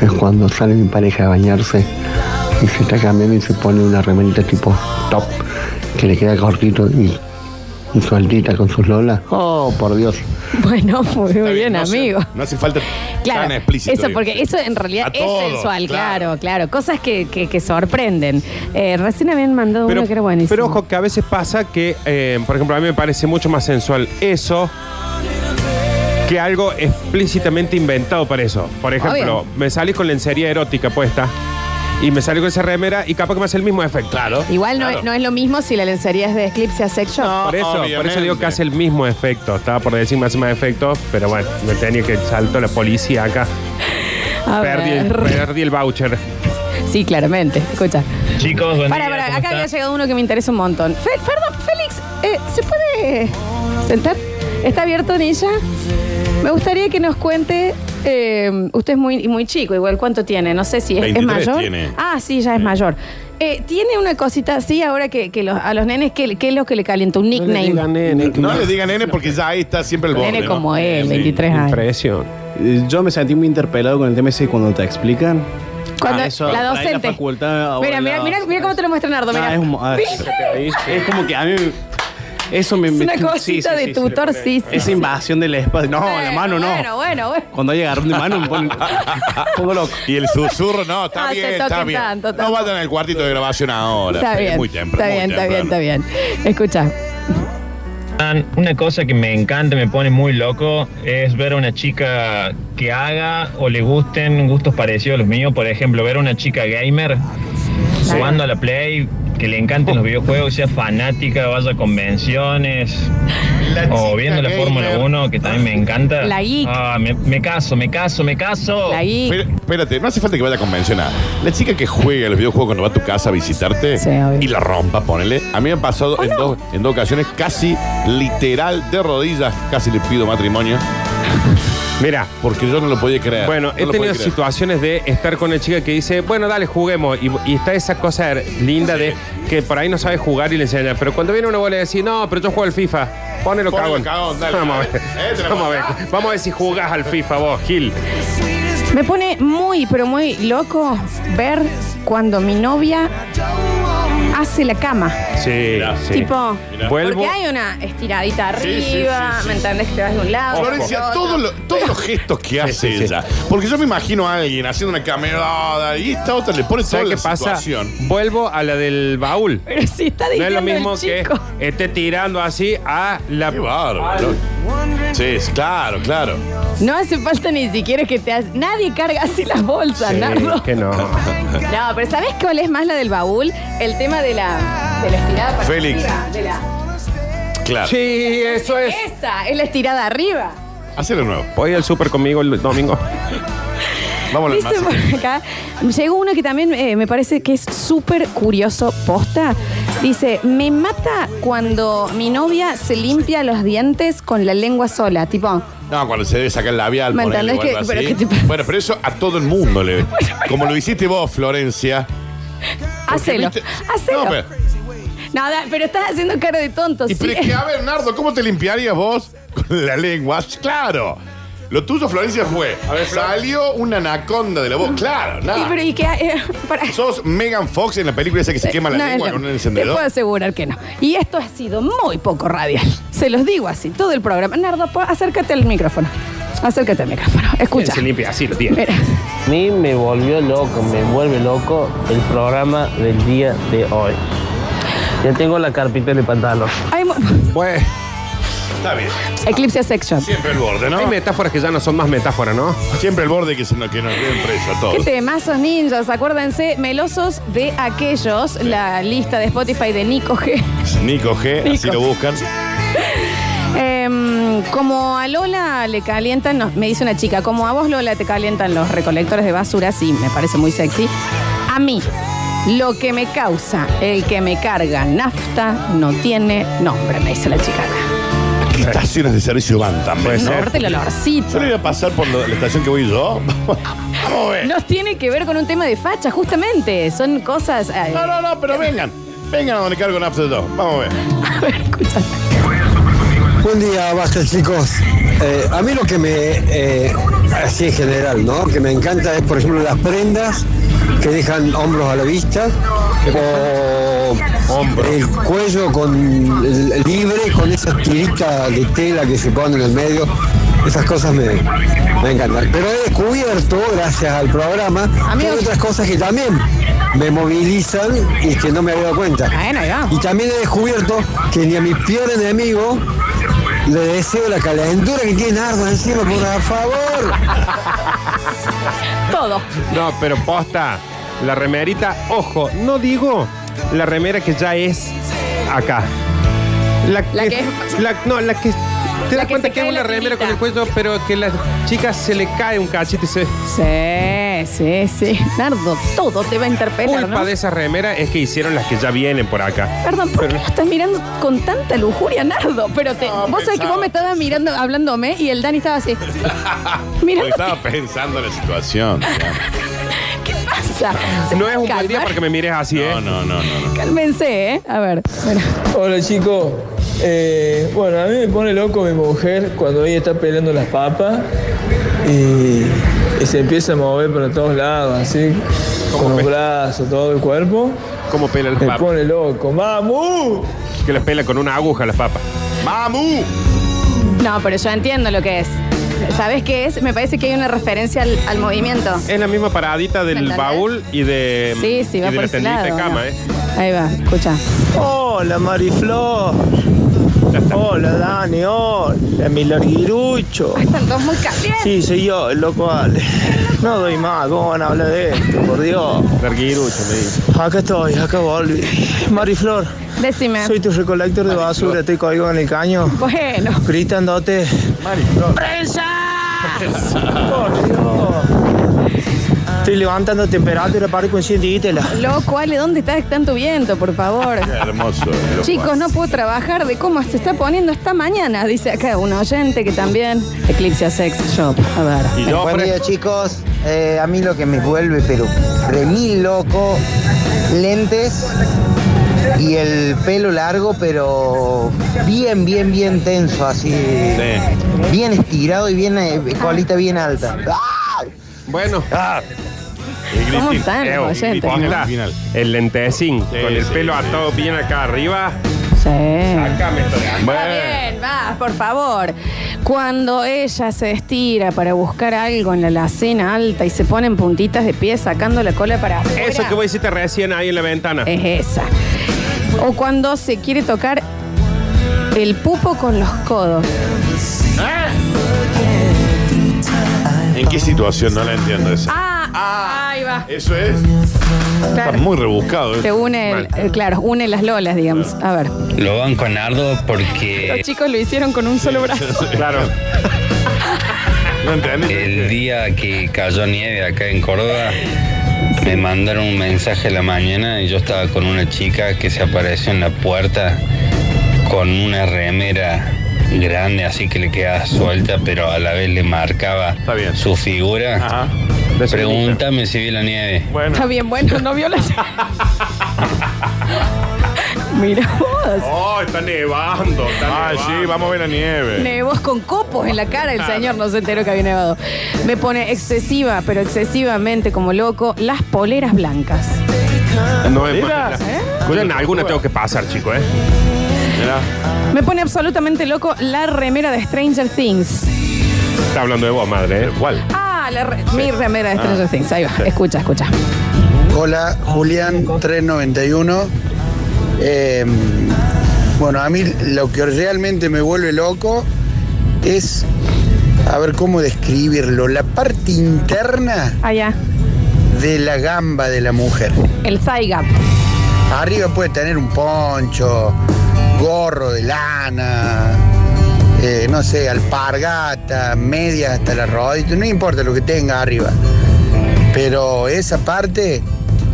S6: es cuando sale mi pareja a bañarse y se está cambiando y se pone una remerita tipo top que le queda cortito y, y sueltita con sus lolas. Oh, por Dios.
S2: Bueno, muy bien, amigo.
S3: No hace falta
S2: Claro,
S3: tan explícito.
S2: eso
S3: digo.
S2: porque eso en
S3: A
S2: realidad es
S3: todos,
S2: sensual,
S3: claro.
S2: claro, claro. Cosas que, que- que sorprenden. Eh, recién habían mandado uno que era buenísimo.
S1: pero ojo que a veces pasa que, eh, por ejemplo, a mí me parece mucho más sensual eso que algo explícitamente inventado para eso. Por ejemplo,
S2: Obvio.
S1: me salís con lencería erótica puesta y me salís con esa remera y capaz que me hace el mismo efecto. Claro.
S2: Igual no, es- no es lo mismo si la lencería es de Eclipse a Sex Shop.
S1: Por eso, por eso
S3: obviamente.
S1: digo que hace el mismo efecto. Estaba por decir me hace más efecto, pero bueno, me tenía que salto la policía acá.
S2: A
S1: Perdí el,
S2: ver.
S1: perdí el voucher.
S2: Sí, claramente. Escucha.
S1: Chicos,
S2: Para, para, acá había llegado uno que me interesa un montón. Fe- perdón, Félix, eh, ¿se puede sentar? ¿Está abierto, Nilla? Me gustaría que nos cuente. eh, usted es muy, muy chico, igual cuánto tiene, no sé si es, es
S3: 23
S2: mayor.
S3: tiene.
S2: Ah, sí, ya es mayor. Eh, tiene una cosita así ahora que, que los- a los nenes, ¿qué, qué es lo que le calienta? Un nickname.
S3: No le digan nene porque ya ahí está siempre el borde.
S2: Nene
S3: ¿no?
S2: como
S15: Eh,
S2: él,
S3: Sí.
S2: 23 años.
S1: Impresión.
S15: Yo me sentí muy interpelado con el tema ese cuando te explican.
S2: Cuando-
S15: Ah, eso,
S2: la
S15: ahí
S2: docente.
S15: facultad, o
S2: Mira,
S15: la-
S2: mira, mira, mira cómo te lo muestra Nardo. Mira.
S15: Ah, es, un- ah, es como que a mí. Eso me.
S2: Es
S15: me-
S2: una cosita de tutor, sí, sí,
S15: Esa
S2: sí.
S15: invasión del espacio. No,
S2: Bueno,
S15: la mano no.
S2: Bueno, bueno, bueno.
S15: Cuando hay agarrón de mano me ponen. pongo loco.
S3: Y el susurro, no, está
S2: No se
S3: bien, está
S2: toquen
S3: bien.
S2: tanto,
S3: No vayan al cuartito de grabación ahora.
S2: Está
S3: Es
S2: bien.
S3: Muy temprano.
S2: está bien,
S3: muy
S2: está bien,
S3: temprano.
S2: está bien. Escucha.
S16: Una cosa que me encanta, me pone muy loco, es ver a una chica que haga o le gusten gustos parecidos a los míos. Por ejemplo, ver a una chica gamer jugando a la Play, que le encanten los videojuegos, sea fanática, vaya a convenciones, o viendo la Fórmula 1, que también me encanta.
S2: La geek.
S16: Ah, me, me caso, me caso, me caso.
S2: La geek.
S3: Pero, espérate, no hace falta que vaya a convencionar. La chica que juega los videojuegos cuando va a tu casa a visitarte y la rompa, ponele. A mí me ha pasado
S2: Oh,
S3: en, dos, en dos ocasiones casi literal de rodillas, casi le pido matrimonio.
S1: Mira.
S3: Porque yo no lo podía creer.
S1: Bueno,
S3: Eh, No
S1: he
S3: lo podía
S1: tenido
S3: creer.
S1: situaciones de estar con una chica que dice, bueno, dale, juguemos. Y, y está esa cosa linda de que por ahí no sabe jugar y le enseña. Pero cuando viene una bola y decís, no, pero yo juego al FIFA. Ponelo,
S3: Ponelo
S1: cagón.
S3: cagón, dale,
S1: Vamos a ver.
S3: dale. Eh, te la
S1: Vamos a ver. Vamos a ver si jugás al FIFA vos, Gil.
S2: Me pone muy, pero muy loco ver cuando mi novia hace la cama.
S1: Sí, sí.
S2: Tipo,
S1: Vuelvo.
S2: porque hay una estiradita
S3: Sí,
S2: arriba,
S3: sí, sí, sí,
S2: ¿me
S3: sí.
S2: entendés? Que te vas de un lado.
S3: Florencia,
S2: del otro.
S3: todo lo- todos los gestos que hace
S1: sí, sí.
S3: ella. Porque yo me imagino a alguien haciendo una camerada y esta otra le pone toda
S1: ¿Sabes
S3: la
S1: qué pasa?
S3: situación.
S1: Vuelvo a la del baúl.
S2: Pero si está
S1: No es lo
S2: diciendo el
S1: mismo que
S2: chico.
S1: esté tirando así a la. Qué
S3: bárbaro. Sí, claro, claro.
S2: No hace falta ni siquiera que te hagas. Nadie carga así las bolsas, Nardo.
S1: que no.
S2: No, pero ¿sabés cuál es más la del baúl? El tema de la, de la estirada para
S3: Félix.
S2: arriba, de la-
S3: Claro.
S1: Sí, eso es.
S2: Esa, es la estirada arriba.
S3: Hacelo nuevo.
S1: Voy al súper conmigo el domingo.
S3: Vamos
S2: Dice por acá, llegó uno que también eh, me parece que es súper curioso, posta. Dice, me mata cuando mi novia se limpia los dientes con la lengua sola, tipo...
S3: No, cuando se debe sacar el labial.
S2: ¿Me
S3: ponele,
S2: entendés
S3: o algo
S2: que- pero
S3: así.
S2: qué te
S3: Bueno, pero eso a todo el mundo le. Como lo hiciste vos, Florencia.
S2: Hacelo, hacelo.
S3: No,
S2: No,
S3: pero,
S2: da- pero estás haciendo cara de tonto.
S3: y
S2: sí.
S3: pero es que, a ver, Nardo, ¿cómo te limpiarías vos con la lengua? Claro. Lo tuyo, Florencia, fue. salió una anaconda de la voz. Claro,
S2: Y,
S3: nada.
S2: pero, ¿y qué hay? Eh, para-
S3: Sos Megan Fox en la película esa que se quema la
S2: Eh, No,
S3: lengua
S2: no. Te
S3: con un
S2: puedo
S3: encendedor.
S2: asegurar que no. Y esto ha sido muy poco radial. Se los digo así, todo el programa. Nardo, po- acércate al micrófono. Acércate al micrófono. Escucha.
S1: Se limpia así los dientes.
S2: Mira.
S17: A mí me volvió loco, me vuelve loco el programa del día de hoy. Ya tengo la carpita de pantalón.
S2: Hay mu-
S1: Bueno,
S3: Está bien.
S2: Eclipse Section.
S3: Siempre el borde, ¿no?
S1: Hay metáforas que ya no son más metáforas, ¿no?
S3: Siempre el borde que, se nos- que nos den preso a
S2: ¿Qué
S3: todos.
S2: temazos ninjas? Acuérdense, melosos de aquellos, la lista de Spotify de Nico G.
S3: Nico G, así
S2: Nico.
S3: lo buscan.
S2: Em, como a Lola le calientan, no, me dice una chica, como a vos Lola te calientan los recolectores de basura, sí, me parece muy sexy. A mí, lo que me causa, el que me carga nafta, no tiene nombre, me dice la chica.
S3: ¿Qué estaciones de servicio van también, no?
S2: Aparte el olorcito.
S3: Yo le voy a pasar por lo- la estación que voy yo.
S2: Nos tiene que ver con un tema de facha, justamente. Son cosas. No,
S3: no, no, pero vengan. Vengan a donde cargo nafta de todo. Vamos a ver.
S18: Buen día, basta chicos. Eh, a mí lo que me, eh, así en general, ¿no? Que me encanta es, por ejemplo, las prendas que dejan hombros a la vista o el cuello con el- libre con esas tiritas de tela que se ponen en el medio. Esas cosas me, me encantan. Pero he descubierto, gracias al programa, que hay otras cosas que también me movilizan y que no me había dado cuenta. Y también he descubierto que ni a mi peor enemigo le deseo la calentura que tiene Nardo encima, por favor.
S2: Todo.
S1: No, pero posta. La remerita, ojo, no digo la remera que ya es acá. La que, la- no, la que. Te das cuenta que es una remera con el cuello, pero que a las chicas se le cae un cachito y se.
S2: Sí, sí, sí. Nardo, todo te va a interpelar,
S1: Culpa
S2: ¿no?
S1: de esa remera es que hicieron las que ya vienen por acá.
S2: Perdón, ¿por qué lo estás mirando con tanta lujuria, Nardo? Pero te, vos sabés que
S3: pensaba.
S2: vos me estabas mirando, hablándome, y el Dani estaba así.
S3: Porque estaba pensando en la situación.
S2: ¿Qué pasa?
S1: No es un buen día porque me mires así, ¿eh?
S3: no, no, no.
S2: Cálmense, ¿eh? A ver. bueno.
S19: Hola chicos. Eh, bueno, a mí me pone loco mi mujer cuando ella está pelando las papas y, y se empieza a mover para todos lados, así, con los brazos, todo el cuerpo.
S1: ¿Cómo pela las
S19: Me
S1: papas?
S19: pone loco. ¡Mamu!
S1: Que las pela con una aguja las papas.
S3: ¡Mamu!
S2: No, pero yo entiendo lo que es. ¿Sabés qué es? Me parece que hay una referencia al, al movimiento.
S1: Es la misma paradita del
S2: ¿Entendés?
S1: baúl y de.
S2: Sí, sí, va
S1: Eh, y de
S2: por
S1: la
S2: ese
S1: tendita
S2: lado,
S1: de cama,
S2: ¿no?
S1: ¿eh?
S2: Ahí va, escucha.
S19: Hola Mariflor. Hola Dani, hola mi larguirucho.
S2: Están todos muy calientes.
S19: Sí, soy yo, el loco Ale. No doy más, ¿cómo van a hablar de esto? Por Dios.
S1: Larguirucho, me dice.
S19: Acá estoy, acá volví. Mariflor.
S2: Decime.
S19: Soy tu recolector de basura, te caigo en el caño.
S2: Bueno.
S19: Gritándote. Mariflor. Por Dios. Estoy levantando temperatura, parezco un cientítela.
S2: Loco, Ale, ¿dónde está tanto viento, por favor?
S3: Qué hermoso. eh, loco.
S2: Chicos, no puedo trabajar de cómo se está poniendo esta mañana, dice acá un oyente que también. Eclipse Sex Shop. A ver.
S20: Buen día, chicos. Eh, a mí lo que me vuelve, pero re mil loco, lentes y el pelo largo, pero bien, bien, bien tenso, así. Bien estirado y bien eh, colita bien alta. ¡Ah!
S1: Bueno.
S2: ¿Cómo están los oyentes,
S1: Posta, El lentecín, con el pelo atado bien acá arriba.
S2: Sí.
S1: Sácame esto de acá.
S2: Está bien, va, por favor. Cuando ella se estira para buscar algo en la alacena alta y se ponen puntitas de pie sacando la cola para afuera,
S1: Eso que vos hiciste recién ahí en la ventana.
S2: es esa. O cuando se quiere tocar el pupo con los codos.
S3: ¿En qué situación? No la entiendo esa.
S2: Ah, ahí va.
S3: Eso es. Está
S2: Claro.
S3: muy rebuscado. ¿eh?
S2: Te une, el- eh, claro, une las lolas, digamos. A ver.
S21: Lo banco a Nardo
S2: Los
S21: porque
S2: chicos lo hicieron con un solo brazo.
S1: claro.
S21: el día que cayó nieve acá en Córdoba me mandaron un mensaje a la mañana y yo estaba con una chica que se apareció en la puerta con una remera grande así que le quedaba suelta pero a la vez le marcaba su figura.
S3: Ah,
S21: Pregúntame si vi la nieve.
S2: Está bien, bueno, no vio la Mira vos.
S3: Oh, está nevando. ah, sí, vamos a ver la nieve.
S2: Nevos con copos en la cara, el señor no se enteró que había nevado. Me pone excesiva, pero excesivamente como loco, las poleras blancas.
S1: No me
S2: ¿eh?
S1: Yo en alguna tengo que pasar, chico, ¿eh? Mira,
S2: Me pone absolutamente loco la remera de Stranger Things.
S1: está hablando de vos, madre, ¿eh? ¿Cuál?
S2: Ah, la re- mi remera de Stranger Things. Ahí va, escucha, escucha.
S6: Hola, Julián 391. Eh, bueno, a mí lo que realmente me vuelve loco es, a ver cómo describirlo, la parte interna
S2: Allá,
S6: de la gamba de la mujer.
S2: el thigh gap.
S6: Arriba puede tener un poncho, gorro de lana, eh, no sé, alpargata, medias hasta la rodilla, no importa lo que tenga arriba. Pero esa parte,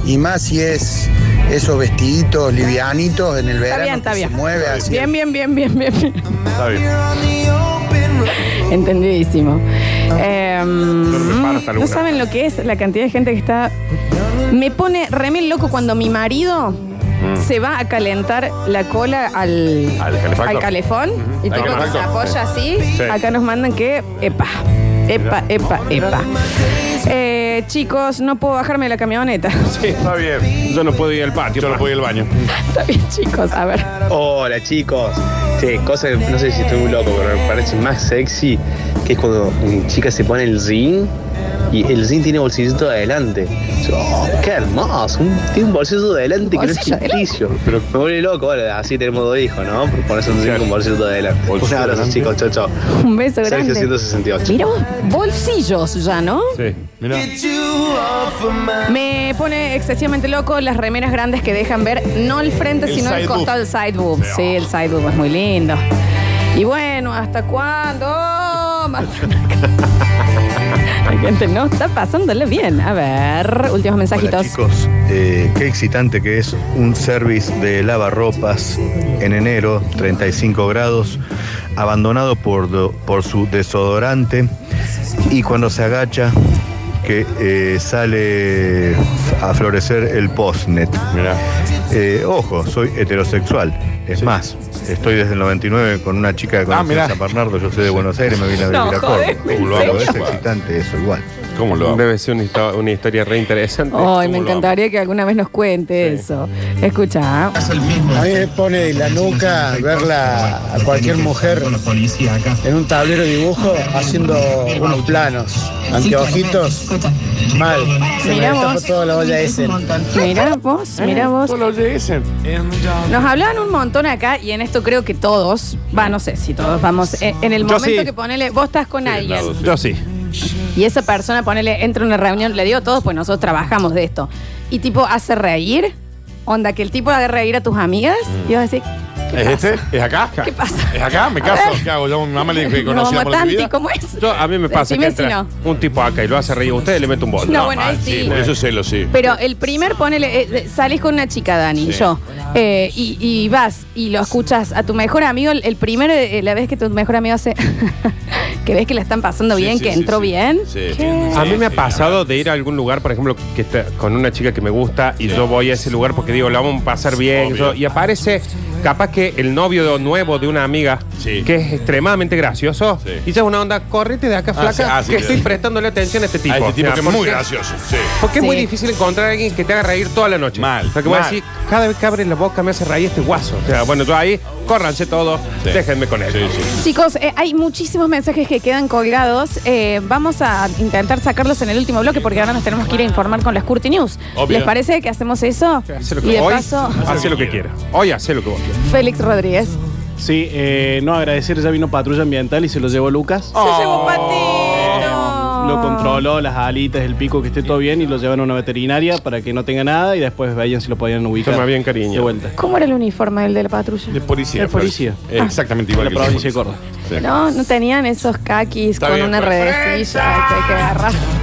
S6: y más si es esos vestiditos livianitos en el
S2: Está bien,
S6: verano,
S2: está
S6: que
S2: bien.
S6: se mueve así.
S2: Bien, bien, bien, bien, bien. bien.
S6: Está bien.
S2: Entendidísimo. Eh,
S1: reparas
S2: no
S1: alguna.
S2: saben lo que es la cantidad de gente que está. Me pone remil loco cuando mi marido se va a calentar la cola al,
S1: Al calefactor.
S2: al calefón y
S1: Al
S2: tipo que se
S1: calefactor.
S2: apoya así.
S1: Sí.
S2: Acá nos mandan que. Epa, epa, epa, epa. Eh, chicos, no puedo bajarme de la camioneta.
S3: Sí, está bien. Yo no puedo ir al patio. Yo no puedo ir al baño.
S2: Está bien, chicos, a ver.
S19: Hola chicos. Che, cosa que no sé si estoy muy loco, pero me parece más sexy que es cuando mi chica se pone el jean y el jean tiene bolsillito de adelante. Yo, oh, qué hermoso, un- tiene un bolsillo de adelante que no es
S2: ¿Bolsillo de
S19: ficticio. Pero me vuelve loco, bueno, así tenemos dos hijos, ¿no? Por ponerse un jean con bolsillito de adelante. Un
S2: de
S19: abrazo,
S2: adelante.
S19: chicos, chao, chao.
S2: Un beso grande.
S19: Sergio 168.
S2: Mira vos, bolsillos ya, ¿no?
S19: Sí, mira.
S2: Me pone excesivamente loco las remeras grandes que dejan ver no el frente,
S16: El
S2: sino el
S16: side
S2: costado del side boob. Sí, el side boob es muy lindo. Y bueno, ¿hasta cuándo? Más- La gente no está pasándola bien. A ver, últimos
S22: Hola,
S2: mensajitos.
S22: chicos, Eh, qué excitante que es un service de lavarropas en enero, 35 grados, abandonado por, do- por su desodorante y cuando se agacha que eh, sale a florecer el postnet. Eh, ojo, soy heterosexual. Es más, estoy desde el 99 con una chica que
S3: Ah,
S22: conocí
S3: mirá.
S22: en San Bernardo, yo soy de Buenos Aires, me vine a
S3: No,
S22: vivir a
S3: jodeme,
S22: Córdoba.
S3: ¿en
S22: Lo hago, es
S3: serio?
S22: excitante eso, igual.
S1: ¿Cómo lo Debe ser una, histo- una historia re interesante.
S2: Ay, me encantaría que alguna vez nos cuente eso. Escucha. ¿ah?
S4: A mí me pone de la nuca verla a cualquier mujer en un tablero de dibujo haciendo unos planos, anteojitos, mal. Se me
S2: Mirá
S4: destapa
S2: vos.
S4: toda la olla ese.
S2: Mira vos,
S1: Eh,
S2: mira vos. Nos hablaban un montón acá y en esto creo que todos, va, no sé si todos vamos, eh, en el
S1: Yo
S2: momento
S1: sí.
S2: que ponele, vos estás con alguien
S1: Yo sí.
S2: y esa persona ponele, entra a una reunión, le digo a todos, pues nosotros trabajamos de esto, y tipo hace reír, onda, que el tipo haga reír a tus amigas, y vas a decir,
S3: Mm. ¿Es este? ¿Es acá?
S2: ¿qué pasa?
S3: ¿Es acá? ¿Me
S2: A
S3: caso?
S2: ver.
S3: Ah, ¿Qué hago? Yo a mi mamá le dije que
S2: No,
S3: conocía por la
S2: Matanti,
S3: vida.
S2: ¿cómo es?
S1: Yo, a mí me pasa
S2: Decime
S1: que entra
S2: si
S1: un tipo acá y lo hace reír a usted y le mete un bol.
S2: No, bueno, ahí sí.
S3: Eso es celo, Ah, sí.
S2: Pero el primer, ponele, eh, eh, salís con una chica, Dani,
S3: Sí.
S2: yo, eh, y, y vas y lo escuchas a tu mejor amigo, el, el primer, eh, la vez que tu mejor amigo hace, que ves que la están pasando bien, que entró bien.
S1: A mí me ha pasado de ir a algún lugar, por ejemplo, que está con una chica que me gusta y yo voy a ese lugar porque digo, la vamos a pasar bien. yo- y aparece capaz que el novio de- nuevo de una amiga que es extremadamente gracioso y ya es una onda, correte de acá,
S3: Ah,
S1: flaca,
S3: sí, ah, sí,
S1: que
S3: sí.
S1: estoy prestándole atención a este tipo.
S3: A este tipo
S1: O sea,
S3: que es muy
S1: porque-
S3: gracioso. Sí.
S1: Porque es muy
S3: Sí.
S1: difícil encontrar a alguien que te haga reír toda la noche. Mal. O sea, que voy a
S3: mal.
S1: decir, cada vez que abres la boca me hace reír este guaso. O sea, bueno, yo ahí, córranse todo, déjenme con él.
S2: Chicos, eh, hay muchísimos mensajes que quedan colgados. Eh, vamos a intentar sacarlos en el último bloque porque ahora nos tenemos que ir a informar con las Curti News.
S1: Obvio.
S2: ¿Les parece que hacemos eso?
S1: Hace lo
S2: y
S1: que,
S2: de
S1: hoy,
S2: paso,
S1: hace lo que quiera. Hoy hace lo que vos quieras.
S2: Félix Rodríguez.
S15: Sí, eh, no agradecer, ya vino patrulla ambiental y se lo llevó Lucas. Eh,
S2: Se llevó
S15: Lo controló, las alitas, el pico, que esté todo bien y lo llevan a una veterinaria para que no tenga nada y después vayan si lo podían ubicar.
S1: Toma bien, cariño.
S15: De vuelta.
S2: ¿Cómo era el uniforme del de la patrulla?
S3: De policía.
S15: Es policía.
S1: Ah.
S3: Exactamente igual
S15: La
S3: que el
S15: provincia
S3: de Córdoba.
S2: No, no tenían esos caquis
S3: Está
S2: con
S3: bien,
S2: una
S3: pues.
S2: redecilla que hay que agarrar.